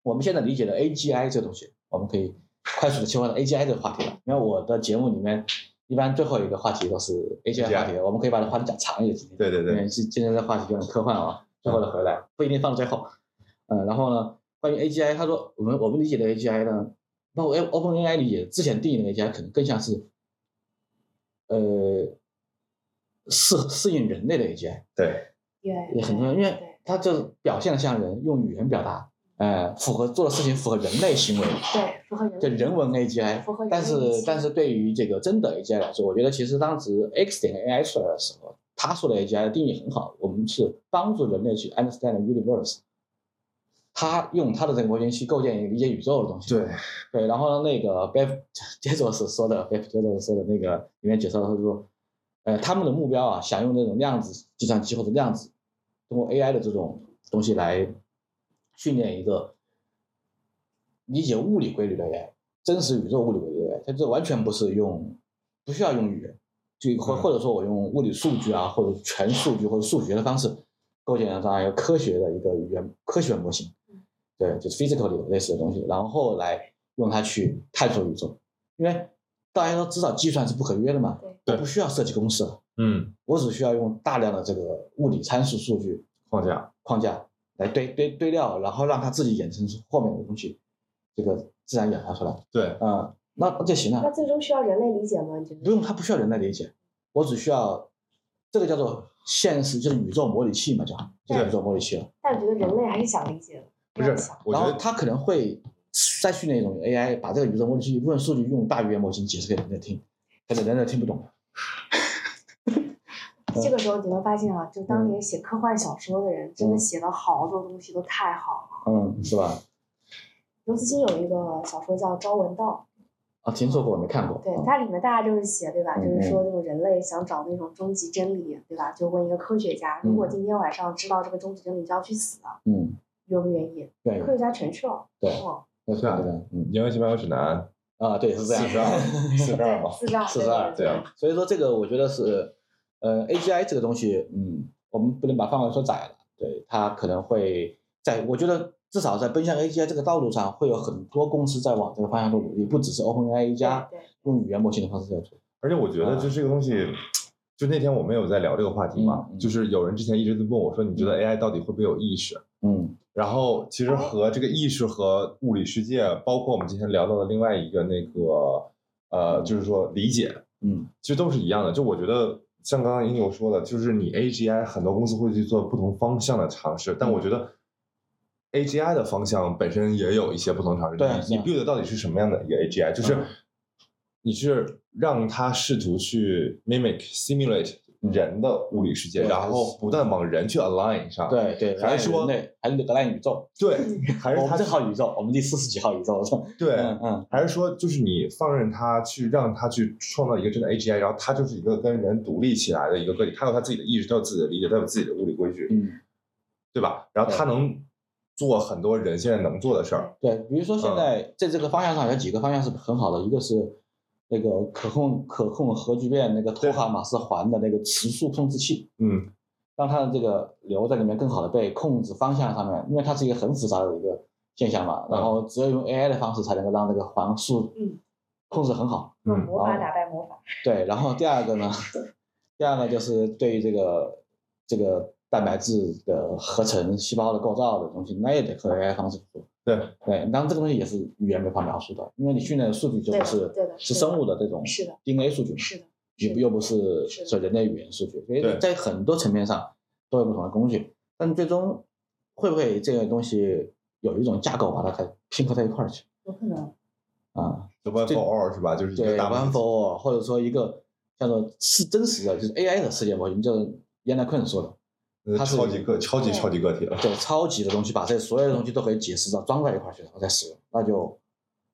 B: 我们现在理解的 AGI 这个东西，我们可以快速的切换到 AGI 这个话题了。因为我的节目里面，一般最后一个话题都是 AGI 话题，我们可以把这话题讲长一点。今天
D: 对对
B: 因
D: 对
B: 为是今天的话题有点科幻啊，最后的回来不一定放到最后。嗯，然后呢，关于 AGI，他说我们我们理解的 AGI 呢，包括 OpenAI 理解之前定义的 AGI，可能更像是，呃，适适应人类的 AGI。
D: 对，
C: 对，
B: 也很重要，因为
C: 对
B: 它就表现的像人，用语言表达，呃，符合做的事情符合人类行为，
C: 对符合人
B: 就人文 AGI
C: 嗯符合人。类
B: 但是
C: 理性
B: 但是对于这个真的 AGI 来说，我觉得其实当时 X 点 AI 出来的时候，他说的 AGI 的定义很好，我们是帮助人类去 understand the universe。他用他的这个模型去构建一个理解宇宙的东西，
D: 对
B: 对，然后呢，那个 Bev 杰佐斯说的，Bev 杰佐斯说的那个里面解释了，他说，呃，他们的目标啊，想用这种量子计算机或者量子通过 AI 的这种东西来训练一个理解物理规律的 AI，真实宇宙物理规律的 AI，它这完全不是用不需要用语言，就或
D: 嗯
B: 或者说我用物理数据啊，或者全数据或者数学的方式构建了这样一个科学的一个语言科学模型。对，就是 physical 里的类似的东西，然后来用它去探索宇宙。因为大家都知道计算是不可约的嘛，
C: 对
B: 我不需要设计公式了，
D: 嗯，
B: 我只需要用大量的这个物理参数数据
D: 框架，
B: 框架来堆堆堆料，然后让它自己衍生出后面的东西，这个自然演化出来。
D: 对
B: 嗯，那那就行
C: 那
B: 了，
C: 最终需要人类理解吗？你觉得？
B: 不用它不需要人类理解，我只需要这个叫做现实，就是宇宙模拟器嘛，叫就是宇宙模拟器了。
C: 但我觉得人类还是想理解的，
D: 不是
C: 要想，
D: 我
B: 然
D: 觉
B: 后
D: 得
B: 它可能会再训练一种 AI，把这个宇宙模拟器部分数据用大语言模型解释给人类听，但是人类听不懂。
C: 这个时候你会发现啊，就当年写科幻小说的人，真的写了好多东西都太好了。
B: 嗯，是吧？
C: 刘慈欣有一个小说叫《朝闻道
B: 啊，听说过，没看过。》，
C: 对
B: 嗯，
C: 它里面大家就是写，对吧？
B: 嗯
C: 就是说那种人类想找那种终极真理，对吧？就问一个科学家，如果
B: 嗯
C: 今天晚上知道这个终极真理就要去死了，
B: 嗯，
C: 愿不愿意？
B: 对
C: 科学家全去了，
B: 嗯对，
C: 嗯，
B: 那是
D: 是啊
B: 对的，嗯
D: 银河系漫游指 南
B: 啊，对，是这样
D: 四。十二，四十二嘛，
C: 四十二，
B: 42
D: 对啊，
B: 所以说这个我觉得是，呃，AGI 这个东西，嗯，我们不能把范围缩窄了，对，它可能会在，我觉得至少在奔向 AGI 这个道路上，会有很多公司在往这个方向做努力，不只是 OpenAI 一家
C: 对对
B: 用语言模型的方式在做。
D: 而且我觉
B: 啊
D: 得就这个东西，就那天我们有在聊这个话题嘛
B: 嗯嗯，
D: 就是有人之前一直在问我说，你觉得 AI 到底会不会有意识？
B: 嗯
D: 然后其实和这个意识和物理世界，包括我们今天聊到的另外一个那个呃，就是说理解，
B: 嗯
D: 其实都是一样的。就我觉得像刚刚一牛说的，就是你 AGI 很多公司会去做不同方向的尝试，
B: 嗯
D: 但我觉得 AGI 的方向本身也有一些不同尝试。
B: 对
D: 你你
B: 对
D: build 到底是什么样的一个 AGI？就是
B: 嗯
D: 你是让它试图去 mimic simulate
B: 嗯
D: 人的物理世界，
B: 对
D: 然后不断往人去 align 上。
B: 对对，
D: 啊还是说
B: 对，还是格兰宇宙，
D: 对，还是
B: 我
D: 它
B: 们这号宇宙，我们第四十几号宇宙，
D: 对。
B: 嗯嗯，
D: 还是说，就是你放任它去，让它去创造一个真的 AGI，然后它就是一个跟人独立起来的一个个体，它有它自己的意识，它有自己的理解，它有自己的物理规矩，
B: 嗯，
D: 对吧？然后它能做很多人现在能做的事儿，
B: 对，比如说
D: 嗯
B: 现在在这个方向上有几个方向是很好的，一个是那个可控可控核聚变那个托卡马斯环的那个磁速控制器，
D: 嗯，
B: 让它的这个流在里面更好的被控制方向上面，因为它是一个很复杂的一个现象嘛，然后只有用 AI 的方式才能够让这个环速
C: 嗯
B: 控制很好。
C: 用
D: 嗯
C: 魔法打败魔法。
B: 对，然后第二个呢，第二个就是对于这个这个蛋白质的合成、细胞的构造的东西，那也得靠 AI 方式去做。
D: 对
B: 对，当然这个东西也是语言没法描述的，因为你训练的数据就
C: 对
B: 不
C: 的
B: 是
C: 对的
B: 是
C: 是的
B: 生物的这种
C: 是的
B: DNA 数据嘛，
C: 是的，
B: 又
C: 是
B: 不又不是
C: 是的
B: 所谓人类语言数据，所以
D: 对
B: 在很多层面上都有不同的工具，但最终会不会这个东西有一种架构把它给拼合在一块儿去
C: 有可能。
B: 啊？
D: 就 one
B: 对
D: for all 是吧？就是一个
B: 对
D: 大
B: ，one
D: 模
B: for all，或者说一个叫做是真实的，就是 AI 的世界模型，就是燕娜坤说的，
D: 型
B: 它是
D: 呃超级个超级超级个体了，
B: 对，超级的东西，把这所有的东西都可以解释到装在一块儿去，然后再使用，那就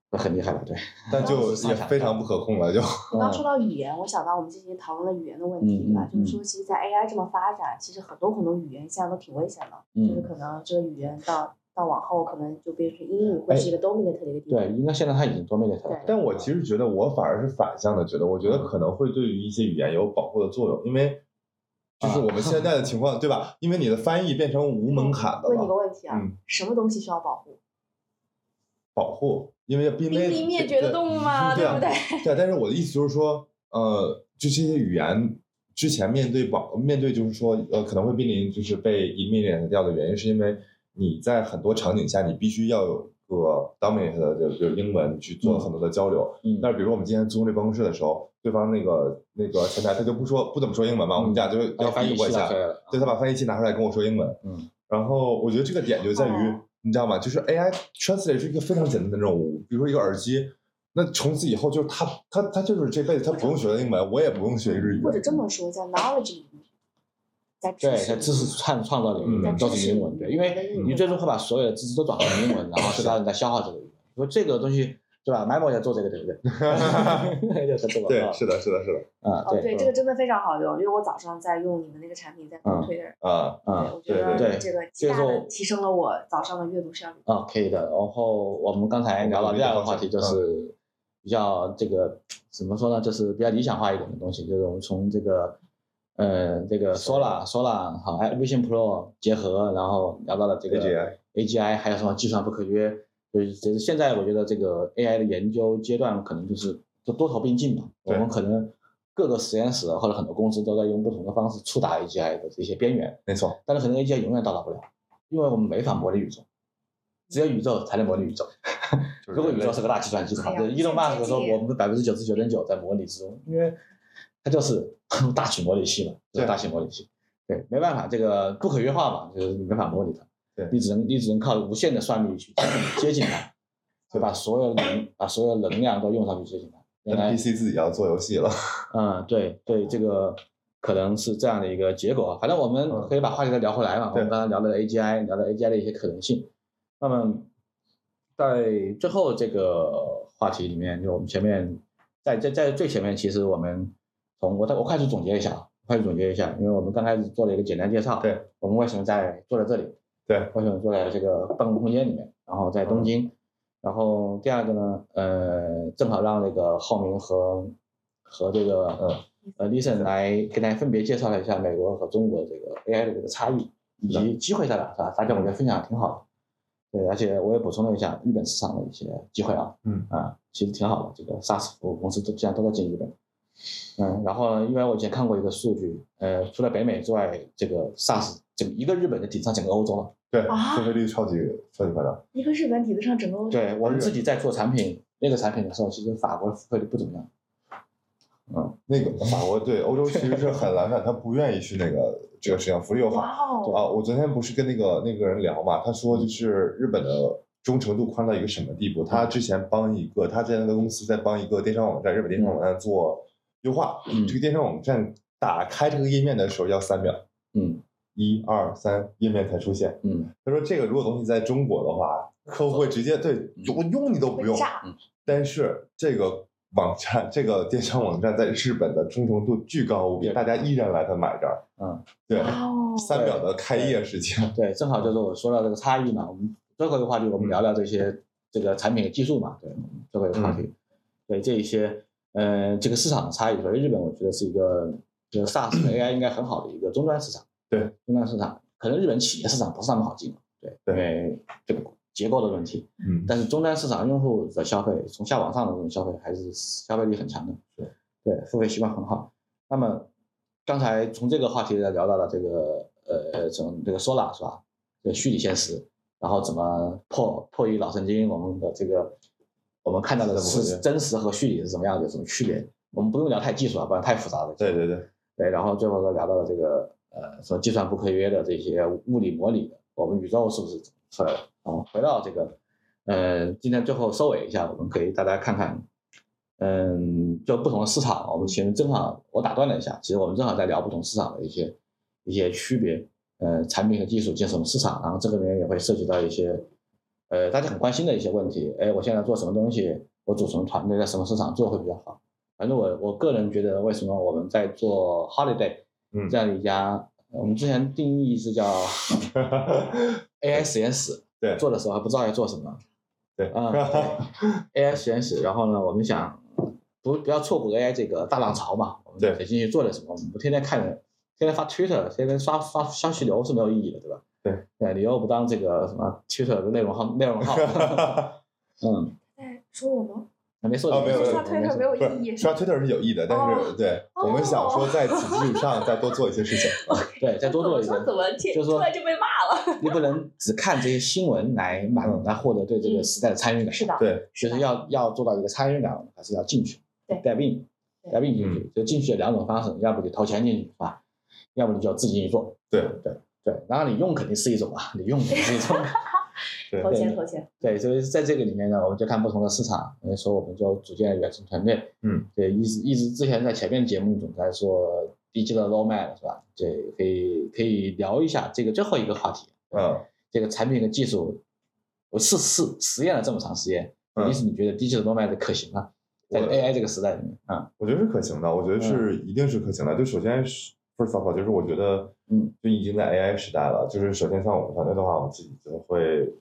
B: 会很厉害了，对。
D: 但就也非常不可控了，就
C: 我刚说到语言，我想到我们之前讨论了语言的问
B: 嗯
C: 题
B: 嗯
C: 嘛，就是
B: 嗯
C: 说，其实，在 AI 这么发展，其实很多很多语言现在都挺危险的，
B: 嗯
C: 就是可能这个语言到到往后可能就变成英语会
D: 哎
C: 是一个 dominant 的一个地
B: 对，
C: 方。
B: 应该现在它已经多面对它了。
C: 对
D: 但我其实觉得，我反而是反向的觉得，我觉得
B: 嗯
D: 可能会对于一些语言有保护的作用，因为就是
B: 啊
D: 我们现在的情况，对吧？因为你的翻译变成无门槛 的
C: 问你个
D: 了，
C: 问题啊
D: 嗯，
C: 什么东西需要保护？
D: 保护，因为濒
C: 濒
D: 危
C: 临灭绝的动物嘛，
D: 对
C: 对
D: 啊
C: 不对？
D: 对，但是我的意思就是说，呃，就这些语言之前面对保面对就是说，呃，可能会濒临就是被 eliminate 掉的原因，是因为你在很多场景下，你必须要有一个 dominate 的就就是英文去做很多的交流。
B: 嗯
D: 但是比如我们今天租那办公室的时候，对方那个那个前台他就不说不怎么说英文嘛，我们俩就
B: 它
D: 要
B: 翻译
D: 过啊一
B: 器
D: 下
B: 拿出，来了。啊
D: 对他把翻译器拿出来跟我说英文。
B: 嗯，
D: 然后我觉得这个点就在于
C: 哦，
D: 你知道吗？就是 AI translate 是一个非常简单的任务，比如说一个耳机，那从此以后就是他他他就是这辈子他不用学英文，我也不用学日语，
C: 或者这么说，在 knowledge 领域，在
B: 对，
C: 识
B: 在知识创创造领域
D: 嗯
B: 都是英文，对，因为你最终会把所有的知识都转成英文，然后其他人在消化这个语言。说这个东西，对吧？Memo 在做这个，对不对？就是这个
D: 对，是的，是的，是的，
B: 啊，
C: 哦，对，
B: 对，
C: 这个真的非常好用，因为我早上在用你们那个产品在
B: 嗯
C: 推的，
D: 啊，
B: 啊
C: 我觉得
B: 对对
C: 这个
B: 所
C: 极
B: 以
C: 大
B: 说
C: 的提升了我早上的阅读效率。
B: 啊，可以的。然后我们刚才聊到第二个话题，就是比较这个怎么说呢？就是比较理想化一点的东西，就是我们从这个。呃，这个 Sola Sola 好，还有微信 Pro 结合，然后聊到了这个
D: AGI
B: AGI 还有什么计算不可约，就是就是现在我觉得这个 AI 的研究阶段可能就是就多头并进吧。我
D: 对
B: 们可能各个实验室或者很多公司都在用不同的方式触达 AGI 的这些边缘，
D: 没错，
B: 但是可能 AGI 永远到达不了，因为我们没法模拟宇宙，只有宇宙才能模拟宇宙。
D: 就是
B: 如果宇
D: 人类
B: 宙是个大计算机的话，
C: 哎呀
B: 就是伊隆马斯克说
C: 这个
B: 我们百分之九十九点九在模拟之中，因为它就是 大型模拟器嘛，就是
D: 对
B: 大型模拟器。对，没办法，这个不可约化嘛，就是没法模拟它。
D: 对
B: 你只能你只能靠无限的算力去接近接近 它，就把所有能把所有能量都用上去接近它。原来，
D: NPC 自己要做游戏了，
B: 嗯，对对，这个可能是这样的一个结果啊。反正我们
D: 嗯
B: 可以把话题再聊回来嘛。我们
D: 对
B: 刚才聊了 AGI，聊了 AGI 的一些可能性。那么在最后这个话题里面，就我们前面在在在最前面，其实我们从我我快速总结一下啊，快速总结一下，因为我们刚开始做了一个简单介绍，
D: 对，
B: 我们为什么在坐在这里，
D: 对，
B: 为什么坐在这个办公空间里面，然后在东京，然后第二个呢，呃，正好让那个浩明和和这个呃呃 l i s o n 来跟大家分别介绍了一下美国和中国这个 AI 的这个差异以
D: 是的
B: 及机会在哪，是吧？大家我觉得分享得挺好的。对，而且我也补充了一下日本市场的一些机会啊，
D: 嗯
B: 啊，其实挺好的。这个 SaaS 服务公司都现在都在进日本，嗯，然后呢，因为我以前看过一个数据，呃，除了北美之外，这个 SaaS 整个一个日本就顶上整个欧洲了，
D: 对，
C: 啊
D: 收费率超级超级夸张。
C: 一个日本抵得上整个欧洲。
B: 对我们自己在做产品那个产品的时候，其实法国的付费率不怎么样。
D: 那个法国对欧洲其实是很懒散，他不愿意去那个这个事情，福利又好
C: 哇哦，
D: 啊。我昨天不是跟那个那个人聊嘛，他说就是日本的忠诚度宽到一个什么地步？他之前帮一个他在那个公司在帮一个电商网站，日本电商网站做优化，
B: 嗯
D: 这个电商网站打开这个页面的时候要三秒，
B: 嗯
D: 一二三，页面才出现。
B: 嗯，
D: 他说这个如果东西在中国的话，客户会直接对我用你都不
C: 会
D: 用，
C: 炸，
D: 但是这个网站，这个电商网站在日本的忠诚度巨高无比，
B: 对
D: 大家依然来它买账。
B: 嗯，
D: 对，
C: 哇哦，
D: 三秒的开业时间，
B: 对，正好就是我说到这个差异嘛，我们最后一个话题
D: 嗯
B: 我们聊聊这些这个产品和技术嘛，对，最后一个话
D: 嗯
B: 题，对这一些呃这个市场的差异，所以日本我觉得是一个就是 SaaS 和 AI 应该很好的一个终端市场，
D: 对，
B: 终端市场可能日本企业市场不是那么好进，对，
D: 对
B: 因为这个结构的问题，
D: 嗯，
B: 但是终端市场用户的消费，从下往上的这种消费还是消费力很强的，
D: 是
B: 对，付费习惯很好。那么刚才从这个话题聊到了这个呃，从这个 Sola 是吧？这个虚拟现实，然后怎么破破译脑神经，我们的这个我们看到的
D: 是怎么回
B: 是
D: 事
B: 真实和虚拟是什么样的，有什么区别？我们不用聊太技术啊，不然太复杂了。
D: 对 对对，
B: 对，然后最后呢聊到了这个呃，说计算不可约的这些物理模拟的，我们宇宙是不是怎么出来的？然后回到这个，呃，今天最后收尾一下，我们可以大家看看，嗯，就不同的市场，我们其实正好我打断了一下，其实我们正好在聊不同市场的一些一些区别，呃，产品和技术进什么市场，然后这个里面也会涉及到一些，呃，大家很关心的一些问题，哎，我现在做什么东西，我组成团队在什么市场做会比较好。反正我我个人觉得，为什么我们在做 Holiday
D: 嗯
B: 这样一家，我们之前定义 是叫嗯 AI 实验室，
D: 对
B: 做的时候还不知道要做什么
D: 对，
B: 嗯 AI 实验室，然后呢，我们想不不要错过 AI 这个大浪潮嘛，我们
D: 对
B: 得进去做点什么，我们不天天看人，天天发 Twitter，天天刷刷消息流是没有意义的，对吧？
D: 对
B: 对，你又不当这个什么 Twitter 的内容号内容 号，嗯，
C: 在说我吗？
B: 还没说
D: 哦
B: 你
D: 没有
B: 没
D: 没有
B: 说
C: 刷
B: 你
C: 推特没有
D: 不
C: 意
D: 是
C: 义。
D: 刷 Twitter 是有益的，但是
C: 哦
D: 对我们想说在此基础上再多做一些 事情。
B: 对，再多做一
E: 我
B: 些。
E: 说怎么听
B: 就是说
E: 突然就被骂了？
B: 你不能只看这些新闻来满
D: 嗯
B: 来获得对这个
E: 嗯
B: 时代的参与感。
C: 是的，
D: 对，
B: 其实要要做到一个参与感，我们还是要进去，
C: 对
B: 带病，
C: 对
B: 带病进
D: 嗯
B: 去，就进去有两种方式，要不你投钱进去是吧？要不你就自己进去做。
D: 对
B: 对对，然后你用肯定是一种啊，你用肯定是一种。
D: 对
E: 投钱
B: 对
E: 投钱，
B: 对，所以在这个里面呢，我们就看不同的市场，所以说我们就组建了远程团队。
D: 嗯，
B: 对，一直一直之前在前面节目总在说低级的 low m a 是吧？对，可以可以聊一下这个最后一个话题。
D: 嗯
B: 这个产品和技术，我试试实验了这么长时间，
D: 嗯
B: 意思你觉得 digital nomad 可行吗？在
D: 我
B: AI 这个时代里面，啊，
D: 我觉得是可行的，我觉
B: 嗯
D: 得是一定是可行的。就首先是 first of all，就是我觉得，
B: 嗯，
D: 就已经在 AI 时代了。就是首先像我们团队的话，我们自己就会，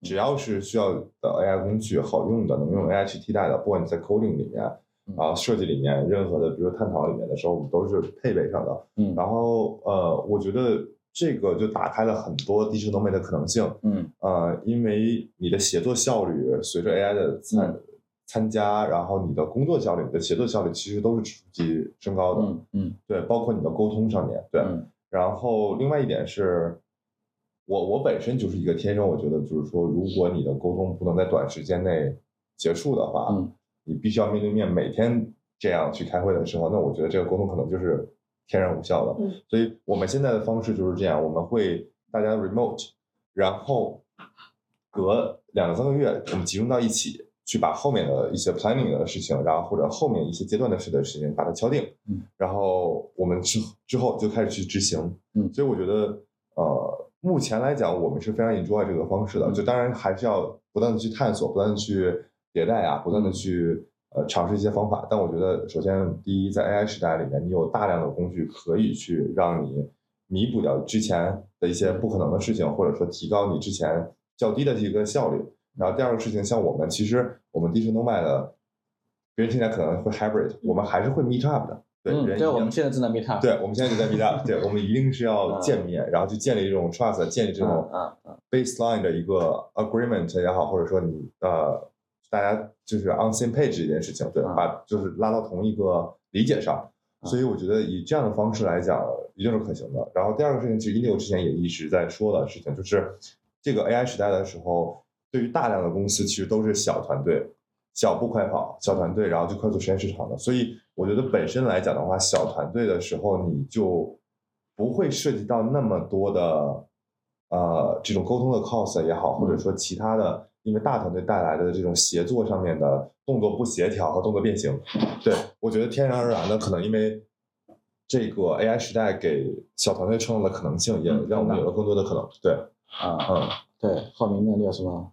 D: 只要是需要的 AI 工具好用的，能用 AI 去替代的，不管你在 coding 里面
B: 嗯。
D: 啊，设计里面任何的，比如探讨里面的时候，我们都是配备上的。
B: 嗯
D: 然后呃，我觉得这个就打开了很多 digital nomad 的可能性。
B: 嗯
D: 呃，因为你的协作效率随着 AI 的参、参加，然后你的工作效率、你的协作效率其实都是直级升高的，
B: 嗯嗯
D: 对，包括你的沟通上面，对。
B: 嗯
D: 然后另外一点是，我我本身就是一个天生，我觉得就是说，如果你的沟通不能在短时间内结束的话，
B: 嗯
D: 你必须要面对面每天这样去开会的时候，那我觉得这个沟通可能就是天然无效的。
E: 嗯
D: 所以我们现在的方式就是这样，我们会大家 remote，然后隔两三个月我们集中到一起。去把后面的一些 planning 的事情，然后或者后面一些阶段的事的事情，把它敲定，
B: 嗯，
D: 然后我们之之后就开始去执行，
B: 嗯
D: 所以我觉得，呃，目前来讲，我们是非常 enjoy 这个方式的。
B: 嗯
D: 就当然还是要不断的去探索，不断的去迭代啊，不断
B: 嗯
D: 的去呃尝试一些方法。但我觉得，首先第一，在 AI 时代里面，你有大量的工具可以去让你弥补掉之前的一些不可能的事情，或者说提高你之前较低的一个效率。然后第二个事情，像我们其实我们 digital nomad 的，别人现在可能会 hybrid，我们还是会 meet up 的。对，
B: 嗯，
D: 人一
B: 对，我
D: 样
B: 们现在正在 meet up，啊
D: 对，我们现在 就在 meet up，对，我们一定是要见面，然后去建立这种 trust，建立
B: 嗯
D: 这种
B: 嗯
D: baseline 的一个 agreement 也好，或者说你呃，大家就是 on same page 这件事情，对，
B: 嗯
D: 把就是拉到同一个理解上。所以我觉得以这样的方式来讲，一定是可行的。然后第二个事情，其实一六之前也一直在说的事情，就是这个 AI 时代的时候，对于大量的公司其实都是小团队、小步快跑、小团队，然后就快速实现市场的。所以我觉得本身来讲的话，小团队的时候你就不会涉及到那么多的呃这种沟通的 cost 也好，或者说其他的。因为大团队带来的这种协作上面的动作不协调和动作变形，对我觉得天然而然的，可能因为这个 AI 时代给小团队创造的可能性，
B: 嗯
D: 也让我们有了更多的可能。对，
B: 啊，
D: 嗯，
B: 对，浩明那里有什么？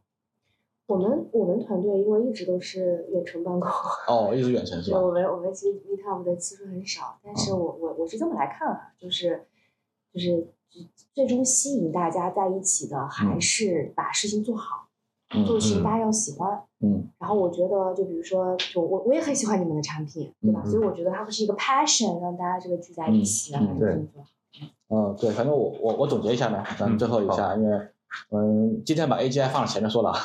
C: 我们我们团队因为一直都是远程办公，
B: 哦，一直远
D: 啊
B: 程是吧
C: 就？我们我们其实 meet up 的次数很少，但是我我我是这么来看啊，就是就是最终吸引大家在一起的还是把事情做好，
B: 嗯
C: 做事情
D: 嗯
C: 大家要喜欢。
B: 嗯
C: 然后我觉得，就比如说，就我我也很喜欢你们的产品，对吧？
D: 嗯嗯
C: 所以我觉得它会是一个 passion，让大家这个聚在一
B: 嗯
C: 起，然
B: 嗯
C: 后把
D: 对
C: 事情做好。
B: 嗯，对，反正我我我总结一下呢，咱们最后一下，因为嗯，今天把 AGI 放前面说了啊，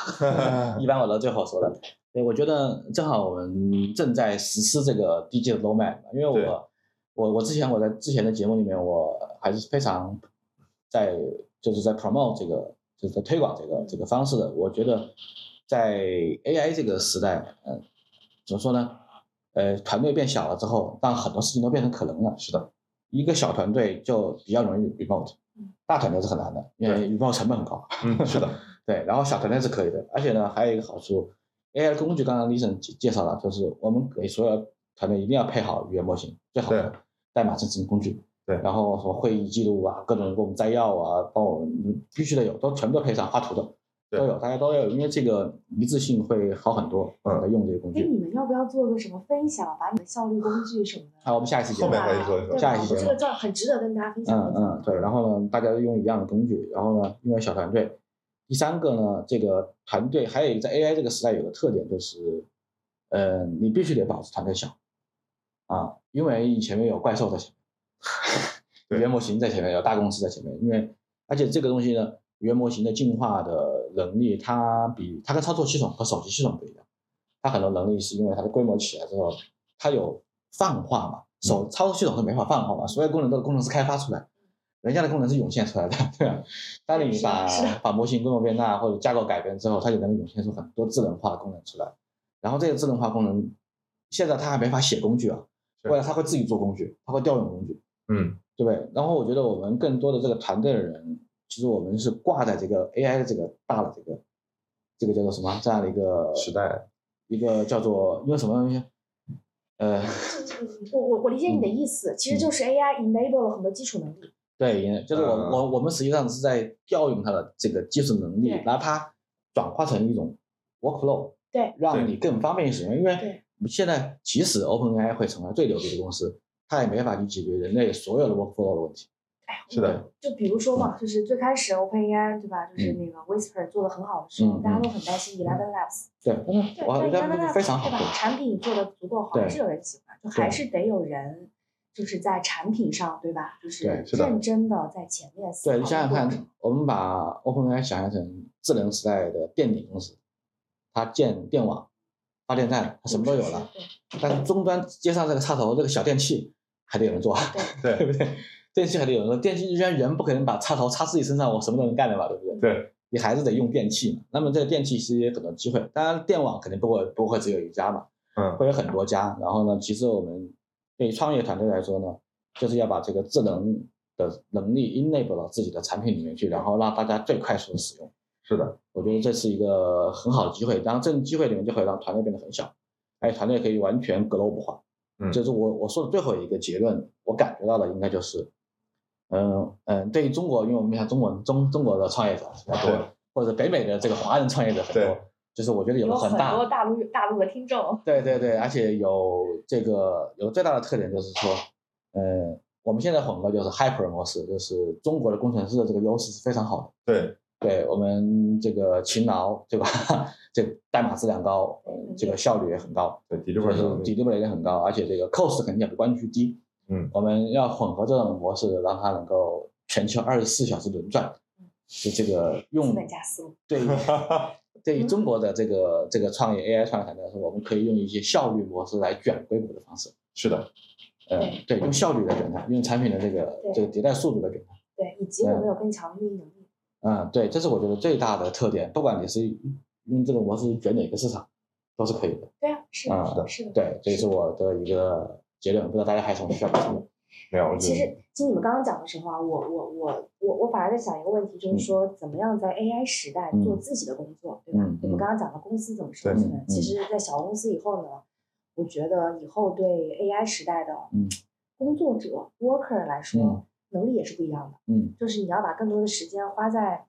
D: 嗯
B: 一般我都最后说的。对，我觉得正好我们正在实施这个 DJ 的 roadmap，因为
D: 对
B: 我我我之前我在之前的节目里面，我还是非常在就是在 promote 这个就是在推广这个这个方式的。我觉得在 AI 这个时代，嗯，怎么说呢？呃，团队变小了之后，让很多事情都变成可能了。是的，一个小团队就比较容易 remote，
C: 嗯
B: 大团队是很难的，因为 remote 成本很高。
D: 嗯，是的，
B: 对，然后小团队是可以的，而且呢，还有一个好处，AI 的工具，刚刚 Listen 介介绍了，就是我们给所有团队一定要配好语言模型，最好的
D: 对
B: 代码生成工具，
D: 对
B: 然后什么会议记录啊，各种给我们摘要啊，帮我们必须得有，都全部都配上，画图的
D: 对
B: 都有，大家都要有，因为这个一致性会好很多。
D: 嗯
B: 来用这些工
C: 哎，
B: 具。
C: 你们要不要做个什么分享，把你们效率工具什么的？
B: 好，我们下一期节
D: 后
B: 目
D: 面。可以做一
C: 对
D: 做
C: 吧
B: 下一期节目
C: 这个这很值得跟大家分
B: 嗯
C: 享一下。
B: 嗯，对。然后呢，大家都用一样的工具，然后呢，因为小团队。第三个呢，这个团队还有一个在 AI 这个时代有个特点就是，呃，你必须得保持团队小啊，因为你前面有怪兽在前面，
D: 对
B: 语言模型在前面，有大公司在前面，因为而且这个东西呢，语言模型的进化的能力，它比它跟操作系统和手机系统不一样，它很多能力是因为它的规模起来之后，它有泛化嘛，
C: 嗯
B: 手操作系统是没法泛化嘛，所有功能都是工程师开发出来的，人家的功能是涌现出来的，对吧？当你
C: 是啊
B: 把
C: 的是的
B: 把模型规模变大或者架构改变之后，它就能涌现出很多智能化的功能出来。然后这个智能化功能，现在它还没法写工具啊，
D: 是
B: 未来它会自己做工具，它会调用工具，
D: 嗯，
B: 对不对？然后我觉得我们更多的这个团队的人，其实我们是挂在这个 AI 的这个大的这个这个叫做什么这样的一个
D: 时代，
B: 一个叫做因为什么东西？呃，
C: 我我我理解你的意思，其实就是 AI enable 了很多基础能力。
B: 对，就是我、
D: 嗯
B: 我我们实际上是在调用它的这个技术能力
C: 对，
B: 拿它转化成一种 workflow，
C: 对，
B: 让你更方便使用。因为
C: 对
B: 现在即使 OpenAI 会成为最牛逼的公司，它也没法去解决人类所有的 workflow 的问题。
D: 是的，
C: 就比如说嘛，就是最开始 OpenAI 对吧，就是那个 Whisper 做的很好的时候，
B: 嗯
C: 大家都很担心 Eleven Labs。
B: 对，嗯
C: 对，
B: 我
C: 但
B: 觉
C: Eleven
B: 得
C: Labs
B: 非常好
C: 对吧？产品做的足够好，
B: 对
C: 还是有人喜欢，就还是得有人就是在产品上对吧？就是
B: 对
D: 是的
C: 认真的在前面思考
B: 对，
C: 的
B: 你
C: 过
B: 想
C: 程。
B: 想看，我们把 OpenAI 想象成智能时代的电力公司，它建电网、发电站，它什么都有了，
C: 对。
B: 但是终端接上这个插头，这个小电器还得有人做。对
D: 对
B: 不对？电器还得有人说，电器既然人不可能把插头插自己身上，我什么都能干的嘛，对不对？
D: 对，
B: 你还是得用电器嘛。那么这个电器其实也有很多机会，当然电网肯定不会不会只有一家嘛，
D: 嗯，
B: 会有很多家。然后呢，其实我们对于创业团队来说呢，就是要把这个智能的能力 enable 到自己的产品里面去，然后让大家最快速的使用。
D: 是的，
B: 我觉得这是一个很好的机会。当然，这个机会里面就会让团队变得很小，哎，团队可以完全 global 化。
D: 嗯
B: 这是我我说的最后一个结论，我感觉到的应该就是，嗯嗯，对于中国，因为我们像中国中中国的创业者比较
D: 对
B: 多，或者北美的这个华人创业者很多
D: 对，
B: 就是我觉得有
C: 有
B: 了
C: 很
B: 很大
C: 多大陆大陆的听众，
B: 对对对，而且有这个有最大的特点就是说，呃，我们现在混合就是 hyper 模式，就是中国的工程师的这个优势是非常好的。
D: 对，
B: 对我们这个勤劳，对吧？ 这代码质量高，呃这个效率也很高，
D: 对
B: 就
D: deliver
B: 是
D: 能力，
B: delivery 也很高，而且这个 cost 肯定也不关去低。
D: 嗯，
B: 我们要混合这种模式，让它能够全球二十四小时轮转。就这个
C: 资
B: 用
C: 本家思路。
B: 对于
D: 哈，
B: 对于
C: 嗯
B: 中国的这个这个创业 AI 创业团队来说，我们可以用一些效率模式来卷硅谷的方式。
D: 是的，
B: 呃，对，用效率来卷它，用产品的这个
C: 对
B: 这个迭代速度来卷它。
C: 对，以及我们有更强的运营能力。
B: 嗯，对，这是我觉得最大的特点。不管你是用这种模式卷哪个市场，都是可以的。
C: 对啊，是
B: 啊
C: 的，是的。
B: 对，这是我的一个结论。不知道大家还有什么需要补充的？
D: 没有，我觉
C: 其
D: 得
C: 实，听你们刚刚讲的时候啊，我我我我我反而在想一个问题，就是说怎么样在 AI 时代
B: 嗯
C: 做自己的工作，对吧
B: 嗯？
C: 我
B: 嗯
C: 们刚刚讲的公司怎么生
D: 对
C: 存，
B: 嗯
C: 其实，在小公司以后呢，我觉得以后对 AI 时代的
B: 嗯
C: 工作者 worker 来
B: 嗯
C: 说，能力也是不一样的。
B: 嗯
C: 就是你要把更多的时间花在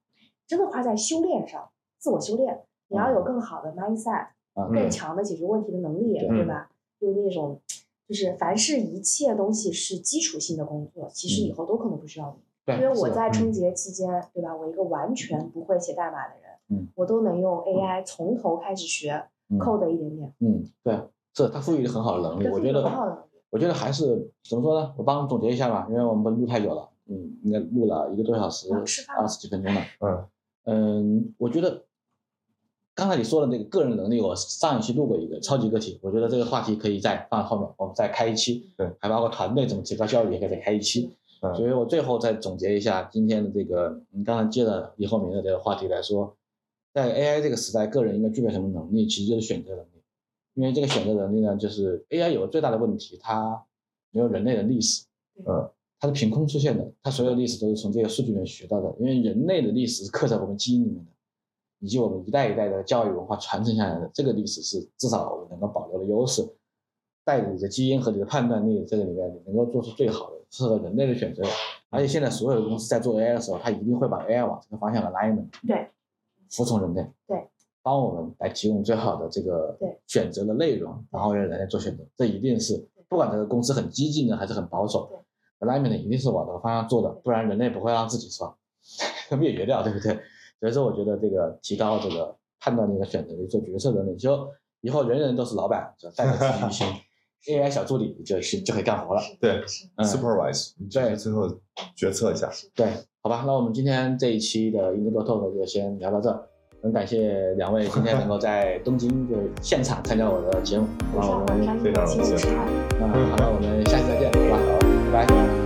C: 真的花在修炼上，自我修炼，你要有
B: 嗯
C: 更好的 mindset，
B: 啊，
C: 更
D: 嗯
C: 强的解决问题的能力，
B: 对
C: 对吧？就那种，就是凡是一切东西是基础性的工作，其实以后都可能不需要你。
B: 对，
C: 因为我
B: 是的
C: 在春
D: 嗯
C: 节期间，对吧？我一个完全不会写代码的人，
B: 嗯
C: 我都能用 AI 从头开始学
B: 嗯
C: code 一点点，
B: 嗯，对，是它赋予了很好的能力。
C: 这
B: 我
C: 是
B: 觉
C: 一
B: 得
C: 个很好的能力。
B: 我觉得还是怎么说呢？我帮总结一下吧，因为我们不录太久了，嗯，应该录了一个多小时
C: 然后，啊吃饭
B: 二
C: 了，
B: 十几分钟了。
D: 嗯
B: 嗯，我觉得刚才你说的那个个人能力，我上一期录过一个超级个体，我觉得这个话题可以再放后面，我们再开一期。
D: 对，
B: 还包括团队怎么提高效率，也可以再开一期。
D: 嗯
B: 所以我最后再总结一下今天的这个，你刚才接了李厚明的这个话题来说，在 AI 这个时代，个人应该具备什么能力？其实就是选择能力，因为这个选择能力呢，就是 AI 有个最大的问题，它没有人类的历史。它是凭空出现的，它所有的历史都是从这个数据里面学到的，因为人类的历史是刻在我们基因里面的，以及我们一代一代的教育文化传承下来的，这个历史是至少我们能够保留的优势。带着你的基因和你的判断力，这个里面你能够做出最好的适合人类的选择。而且现在所有的公司在做 AI 的时候，它一定会把 AI 往这个方向 alignment，
C: 对，
B: 服从人类，
C: 对，
B: 帮我们来提供最好的这个
C: 对
B: 选择的内容，然后让人类做选择。这一定是不管这个公司很激进呢，还是很保守，alignment 一定是往这个方向做的，不然人类不会让自己是吧 灭绝掉，对不对？所以说，我觉得这个提高这个判断力和选择力、做决策能力，就以后人人都是老板，就带着自己一心 AI 小助理就就就可以干活了。
C: 是
D: 对
C: 是
B: 嗯，
D: supervise，你只
B: 对
D: 是最后决策一下，
B: 对，好吧，那我们今天这一期的 Indigo Talk 就先聊到这儿。很感谢两位今天能够在东京就现场参加我的节目，那
C: 晚
B: 我
C: 上
B: 们
C: 晚上
D: 非常
C: 请
D: 荣
C: 我
D: 幸
C: 吃饭。
B: 嗯，好，那我们下期再见，好吧，拜拜。